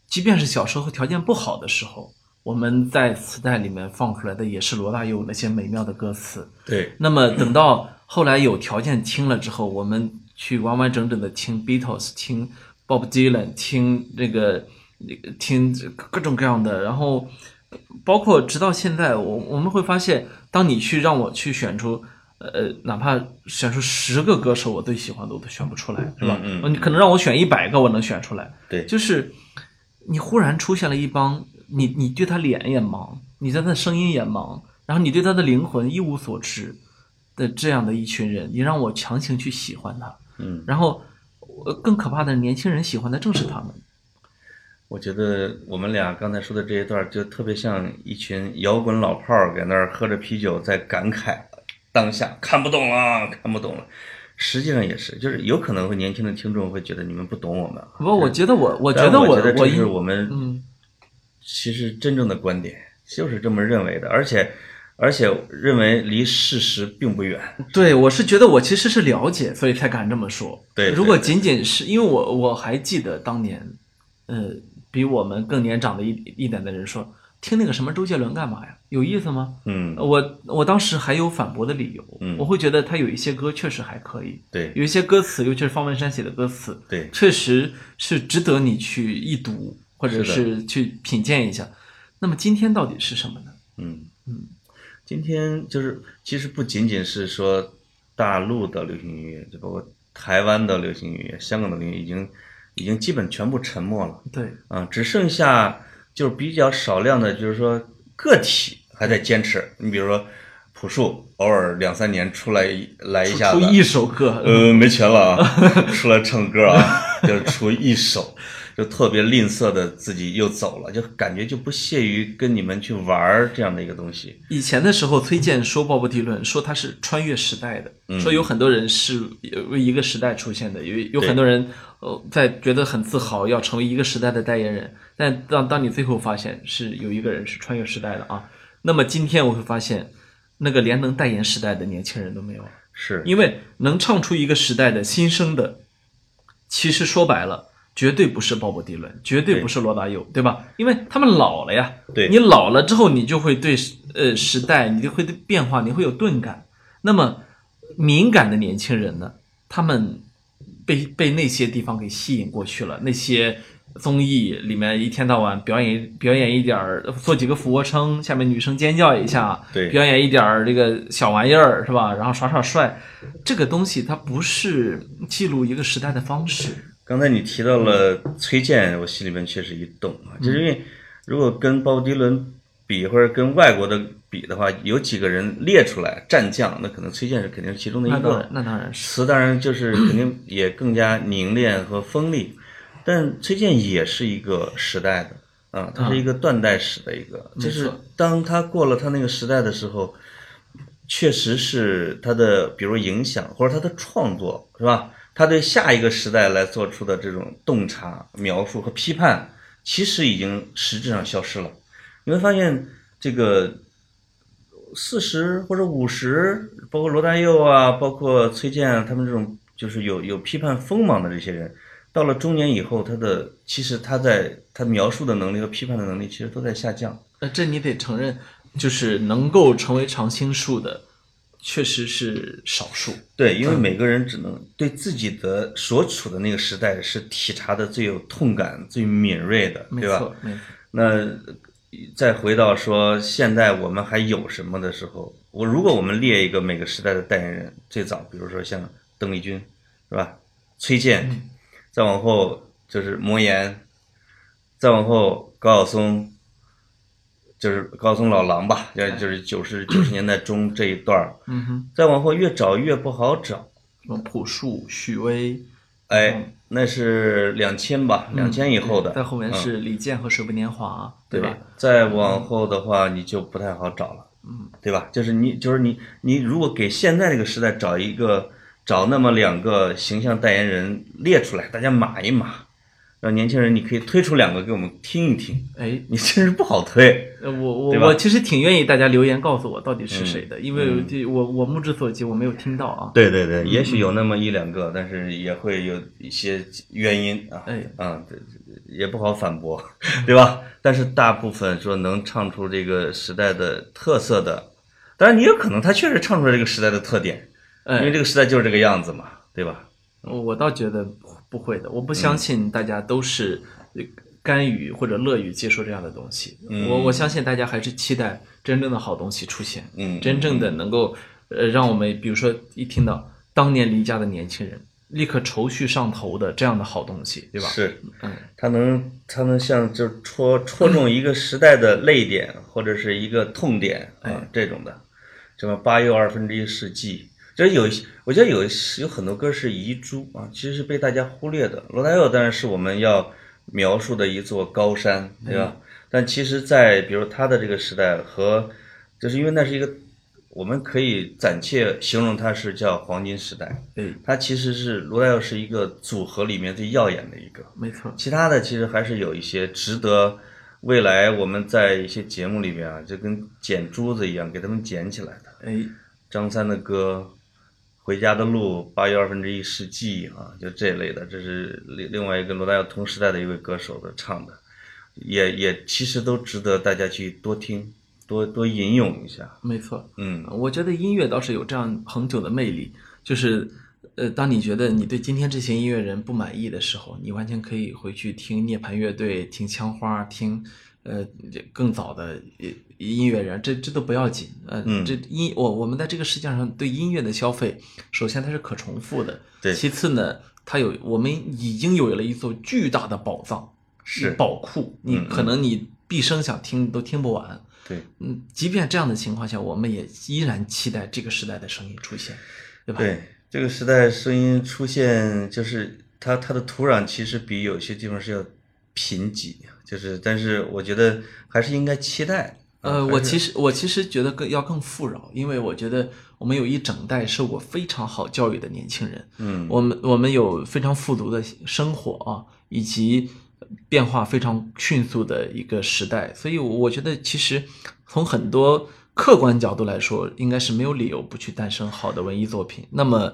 S1: 即便是小时候条件不好的时候，我们在磁带里面放出来的也是罗大佑那些美妙的歌词。
S2: 对，
S1: 那么等到后来有条件听了之后，我们去完完整整的听 Beatles，听 Bob Dylan，听那个那个听各种各样的，然后包括直到现在，我我们会发现，当你去让我去选出。呃，哪怕选出十个歌手，我最喜欢的我都选不出来，是吧？哦
S2: 嗯嗯
S1: 你可能让我选一百个，我能选出来。
S2: 对
S1: 就是你忽然出现了一帮你，你对他脸也盲，你对他的声音也盲，然后你对他的灵魂一无所知的这样的一群人，你让我强行去喜欢他，
S2: 嗯，
S1: 然后呃更可怕的是，年轻人喜欢的正是他们。
S2: 我觉得我们俩刚才说的这一段，就特别像一群摇滚老炮儿在那儿喝着啤酒，在感慨当下看不懂了，看不懂了。实际上也是，就是有可能会年轻的听众会觉得你们不懂我们。
S1: 不，我觉得我，我
S2: 我
S1: 觉得
S2: 我
S1: 我，
S2: 觉得
S1: 我
S2: 这是
S1: 应
S2: 我们
S1: 嗯，
S2: 其实真正的观点，就是这么认为的，而且而且认为离事实并不远。
S1: 对，我是觉得我其实是了解，所以才敢这么说。
S2: 对对
S1: 如果
S2: 对
S1: 仅仅是因为我我还记得当年，呃，比我们更年长的一一点的人说，听那个什么周杰伦干嘛呀？有意思吗？
S2: 嗯，
S1: 我我当时还有反驳的理由，
S2: 嗯
S1: 我会觉得他有一些歌确实还可以，
S2: 对
S1: 有一些歌词，尤其是方文山写的歌词，
S2: 对，
S1: 确实是值得你去一读，或者
S2: 是
S1: 是去品鉴一下。那么今天到底是什么呢？
S2: 嗯
S1: 嗯，
S2: 今天就是其实不仅仅是说大陆的流行音乐，就包括台湾的流行音乐、香港的流行音乐已经已经基本全部沉默了。
S1: 对，
S2: 啊，只剩下就是比较少量的，就是说个体还在坚持。你比如说朴树，偶尔两三年出来一来一下
S1: 出
S2: 子，
S1: 一首歌，
S2: 呃，没钱了啊， 出来唱歌啊， 就是出一首，就特别吝啬的自己又走了，就感觉就不屑于跟你们去玩儿这样的一个东西。
S1: 以前的时候，崔健说鲍勃迪伦说他是穿越时代的，说有很多人是呃为一个时代出现的，有有
S2: 对
S1: 很多人呃在觉得很自豪，要成为一个时代的代言人。但当当你最后发现是有一个人是穿越时代的啊，那么今天我会发现，那个连能代言时代的年轻人都没有了。
S2: 是，
S1: 因为能唱出一个时代的新生的，其实说白了，绝对不是鲍勃迪伦，绝对不是罗大佑，对吧？因为他们老了呀。
S2: 对
S1: 你老了之后，你就会对时呃时代，你就会对变化，你会有钝感。那么敏感的年轻人呢，他们被被那些地方给吸引过去了，那些。综艺里面一天到晚表演表演一点儿，做几个俯卧撑，下面女生尖叫一下，
S2: 对
S1: 表演一点儿这个小玩意儿是吧？然后耍耍帅，这个东西它不是记录一个时代的方式。
S2: 刚才你提到了崔健，我心里面确实一动啊，就是因为如果跟鲍勃迪伦比，或者跟外国的比的话，有几个人列出来战将，那可能崔健是肯定是其中的
S1: 那
S2: 一
S1: 当
S2: 个
S1: 然，。那当然是
S2: 词当然就是肯定也更加凝练和锋利，但崔健也是一个时代的啊，他是一个断代史的一个，
S1: 啊没错
S2: 就是当他过了他那个时代的时候，确实是他的比如影响或者他的创作是吧？他对下一个时代来做出的这种洞察、描述和批判，其实已经实质上消失了。你会发现这个四十或者五十，包括罗大佑啊，包括崔健啊，他们这种就是有有批判锋芒的这些人，到了中年以后，他的其实他在他描述的能力和批判的能力其实都在下降。
S1: 那这你得承认，就是能够成为常青树的，确实是少数。
S2: 对，
S1: 嗯
S2: 因为每个人只能对自己的所处的那个时代是体察的最有痛感、最敏锐的，
S1: 没
S2: 对吧？
S1: 错，没错。
S2: 那再回到说现在我们还有什么的时候，我如果我们列一个每个时代的代言人，最早比如说像邓丽君，是吧？崔健，再往后就是魔岩，再往后高晓松，就是高晓松老狼吧，就是就是九十九十年代中这一段儿
S1: 嗯哼，
S2: 再往后越找越不好找，
S1: 什么朴树、许巍，
S2: 哎，那是两千吧，两千以后的，
S1: 在后面
S2: 嗯
S1: 是李健和水木年华，对吧？？
S2: 再往后的话，你就不太好找了，
S1: 嗯，
S2: 对吧？就是你，就是你，你如果给现在这个时代找一个找那么两个形象代言人列出来，大家码一码，让年轻人你可以推出两个给我们听一听，
S1: 哎，
S2: 你真是不好推，
S1: 呃，我我
S2: 对吧
S1: 我其实挺愿意大家留言告诉我到底是谁的，因为这我我目之所及我没有听到啊。
S2: 对对对，也许有那么一两个，但是也会有一些原因啊，
S1: 嗯哎
S2: 啊，对也不好反驳，对吧？但是大部分说能唱出这个时代的特色的，当然你有可能他确实唱出来这个时代的特点，因为
S1: 哎，
S2: 这个时代就是这个样子嘛，对吧？
S1: 我我倒觉得不会的，我不
S2: 嗯
S1: 相信大家都是呃甘于或者乐于接受这样的东西。
S2: 嗯
S1: 我我相信大家还是期待真正的好东西出现，
S2: 嗯，
S1: 真正的能够呃让我们，比如说一听到当年离家的年轻人，立刻愁绪上头的这样的好东西，对吧？
S2: 是
S1: 嗯，
S2: 他能他能像就是戳戳中一个时代的泪点或者是一个痛点啊
S1: 哎
S2: 这种的，什么八又二分之一世纪，就是有一些我觉得有一些有很多歌是遗珠啊，其实是被大家忽略的。罗大佑当然是我们要描述的一座高山，对吧？但其实，在比如他的这个时代和，就是因为那是一个。我们可以暂且形容它是叫黄金时代，
S1: 对，
S2: 它其实是罗大佑是一个组合里面最耀眼的一个，
S1: 没错。
S2: 其他的其实还是有一些值得未来我们在一些节目里面啊，就跟捡珠子一样给他们捡起来的。
S1: 哎，
S2: 张三的歌《回家的路》《八又二分之一世纪》啊，就这类的，这是另另外一个罗大佑同时代的一位歌手的唱的，也也其实都值得大家去多听、多多吟咏一下。
S1: 没错。
S2: 嗯，
S1: 我觉得音乐倒是有这样恒久的魅力，就是，呃，当你觉得你对今天这些音乐人不满意的时候，你完全可以回去听涅槃乐队、听枪花、听呃，这更早的音音乐人，这这都不要紧。呃、
S2: 嗯
S1: 这音我我们在这个世界上对音乐的消费，首先它是可重复的，
S2: 对
S1: 其次呢，它有我们已经有了一座巨大的宝藏，
S2: 是
S1: 宝库，你
S2: 嗯嗯
S1: 可能你毕生想听都听不完。
S2: 对，
S1: 嗯，即便这样的情况下，我们也依然期待这个时代的声音出现，对吧？
S2: 对，这个时代声音出现，就是它它的土壤其实比有些地方是要贫瘠，就是但是我觉得还是应该期待。啊
S1: 呃，
S2: 嗯还
S1: 我
S2: 是
S1: 其实我其实觉得更要更富饶，因为我觉得我们有一整代受过非常好教育的年轻人，
S2: 嗯，
S1: 我们我们有非常富足的生活啊，以及变化非常迅速的一个时代，所以我我觉得其实从很多客观角度来说，应该是没有理由不去诞生好的文艺作品。那么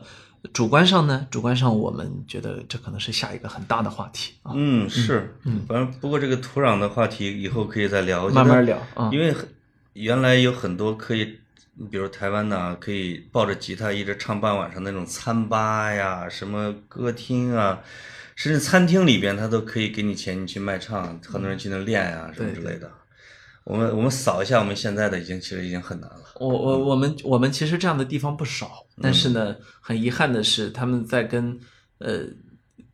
S1: 主观上呢，主观上我们觉得这可能是下一个很大的话题啊，
S2: 嗯是，反正不过这个土壤的话题以后可以再聊，我觉
S1: 慢慢
S2: 得嗯
S1: 聊啊。
S2: 因为很原来有很多可以，比如台湾呐、啊可以抱着吉他一直唱半晚上那种餐吧呀，什么歌厅啊，甚至餐厅里边他都可以给你钱，你去卖唱，很多人去那练啊什么
S1: 嗯
S2: 之类的。我们我们扫一下，我们现在的已经其实已经很难了。
S1: 我我我们我们其实这样的地方不少，但是呢，很遗憾的是，他们在跟呃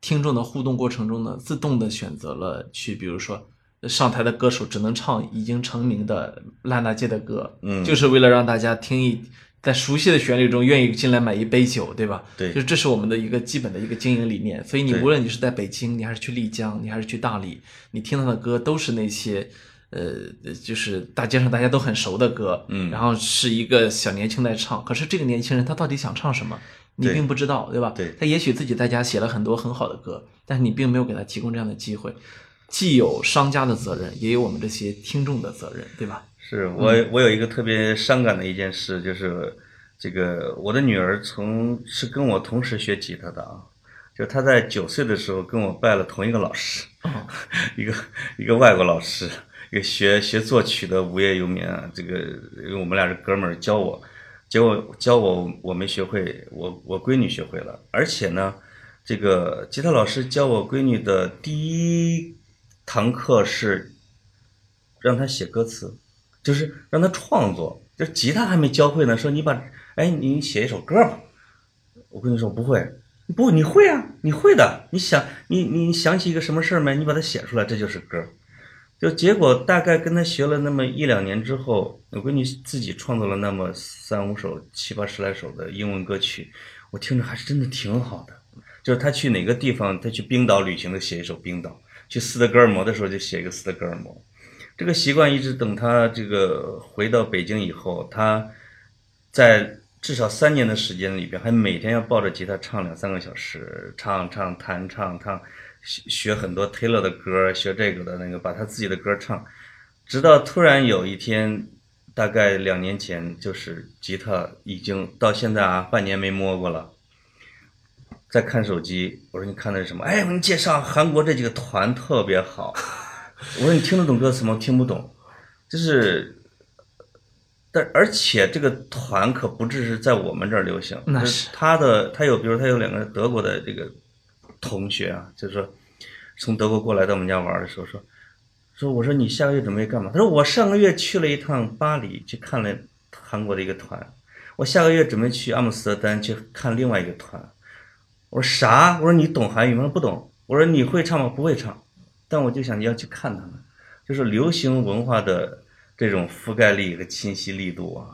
S1: 听众的互动过程中呢，自动的选择了去，比如说上台的歌手只能唱已经成名的烂大街的歌，
S2: 嗯
S1: 就是为了让大家听一在熟悉的旋律中愿意进来买一杯酒，对吧？
S2: 对
S1: 就这是我们的一个基本的一个经营理念。所以你
S2: 对
S1: 无论你是在北京，你还是去丽江，你还是去大理，你听到的歌都是那些。呃，就是大街上大家都很熟的歌，
S2: 嗯
S1: 然后是一个小年轻在唱，可是这个年轻人他到底想唱什么，你
S2: 对
S1: 并不知道，对吧？
S2: 对
S1: 他也许自己在家写了很多很好的歌，但是你并没有给他提供这样的机会，既有商家的责任，也有我们这些听众的责任，对吧？
S2: 是我
S1: 嗯
S2: 我有一个特别伤感的一件事，就是这个我的女儿从是跟我同时学吉他的啊，就她在九岁的时候跟我拜了同一个老师。
S1: 哦，
S2: 一个一个外国老师，一个学学作曲的无业游民啊，这个因为我们俩是哥们儿，教我，结果教我我没学会，我我闺女学会了，而且呢，这个吉他老师教我闺女的第一堂课是让她写歌词，就是让她创作，就是吉他还没教会呢，说你把哎你写一首歌吧，我跟你说我不会，不，你会啊，你会的。你想，你你你想起一个什么事儿没？你把它写出来，这就是歌。就结果大概跟他学了那么一两年之后，我闺女自己创作了那么三五首、七八十来首的英文歌曲，我听着还是真的挺好的。就是她去哪个地方，她去冰岛旅行的写一首冰岛，去斯德哥尔摩的时候就写一个斯德哥尔摩。这个习惯一直等她这个回到北京以后，她在至少三年的时间里边，还每天要抱着吉他唱两三个小时，唱唱弹唱唱，学学很多 Taylor 的歌，学这个的那个，把他自己的歌唱，直到突然有一天，大概两年前，就是吉他已经到现在啊，半年没摸过了。在看手机，我说你看的是什么？哎，我给你介绍韩国这几个团特别好。我说你听得懂歌词吗？我听不懂，就是但而且这个团可不只是在我们这儿流行，
S1: 那
S2: 就是他的他有，比如他有两个德国的这个同学啊，就是说从德国过来到我们家玩的时候说说我说你下个月准备干嘛？他说我上个月去了一趟巴黎，去看了韩国的一个团，我下个月准备去阿姆斯特丹去看另外一个团。我说啥？我说你懂韩语吗？不懂。我说你会唱吗？不会唱，但我就想要去看他们。就是流行文化的这种覆盖力和清晰力度啊，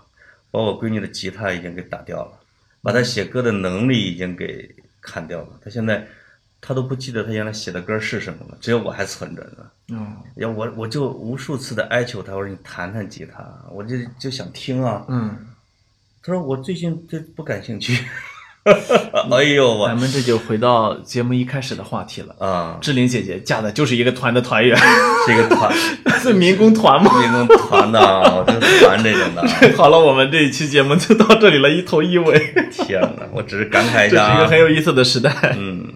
S2: 把我闺女的吉他已经给打掉了，把她写歌的能力已经给砍掉了。她现在，她都不记得她原来写的歌是什么了，只有我还存着呢。
S1: 嗯
S2: 要我我就无数次的哀求她，我说你弹弹吉他，啊我就就想听啊。
S1: 嗯，
S2: 她说我最近对不感兴趣。 哎呦我
S1: 咱们这就回到节目一开始的话题了。
S2: 啊，
S1: 志玲姐姐嫁的就是一个团的团员，
S2: 这个 团，
S1: 是民工团吗？
S2: 这种团呐、我就烦这种的。
S1: 好了，我们这一期节目就到这里了，一头一尾，
S2: 天哪，我只是感慨一
S1: 这是
S2: 下、
S1: 一
S2: 啊
S1: 个很。有意思的时代。
S2: 嗯，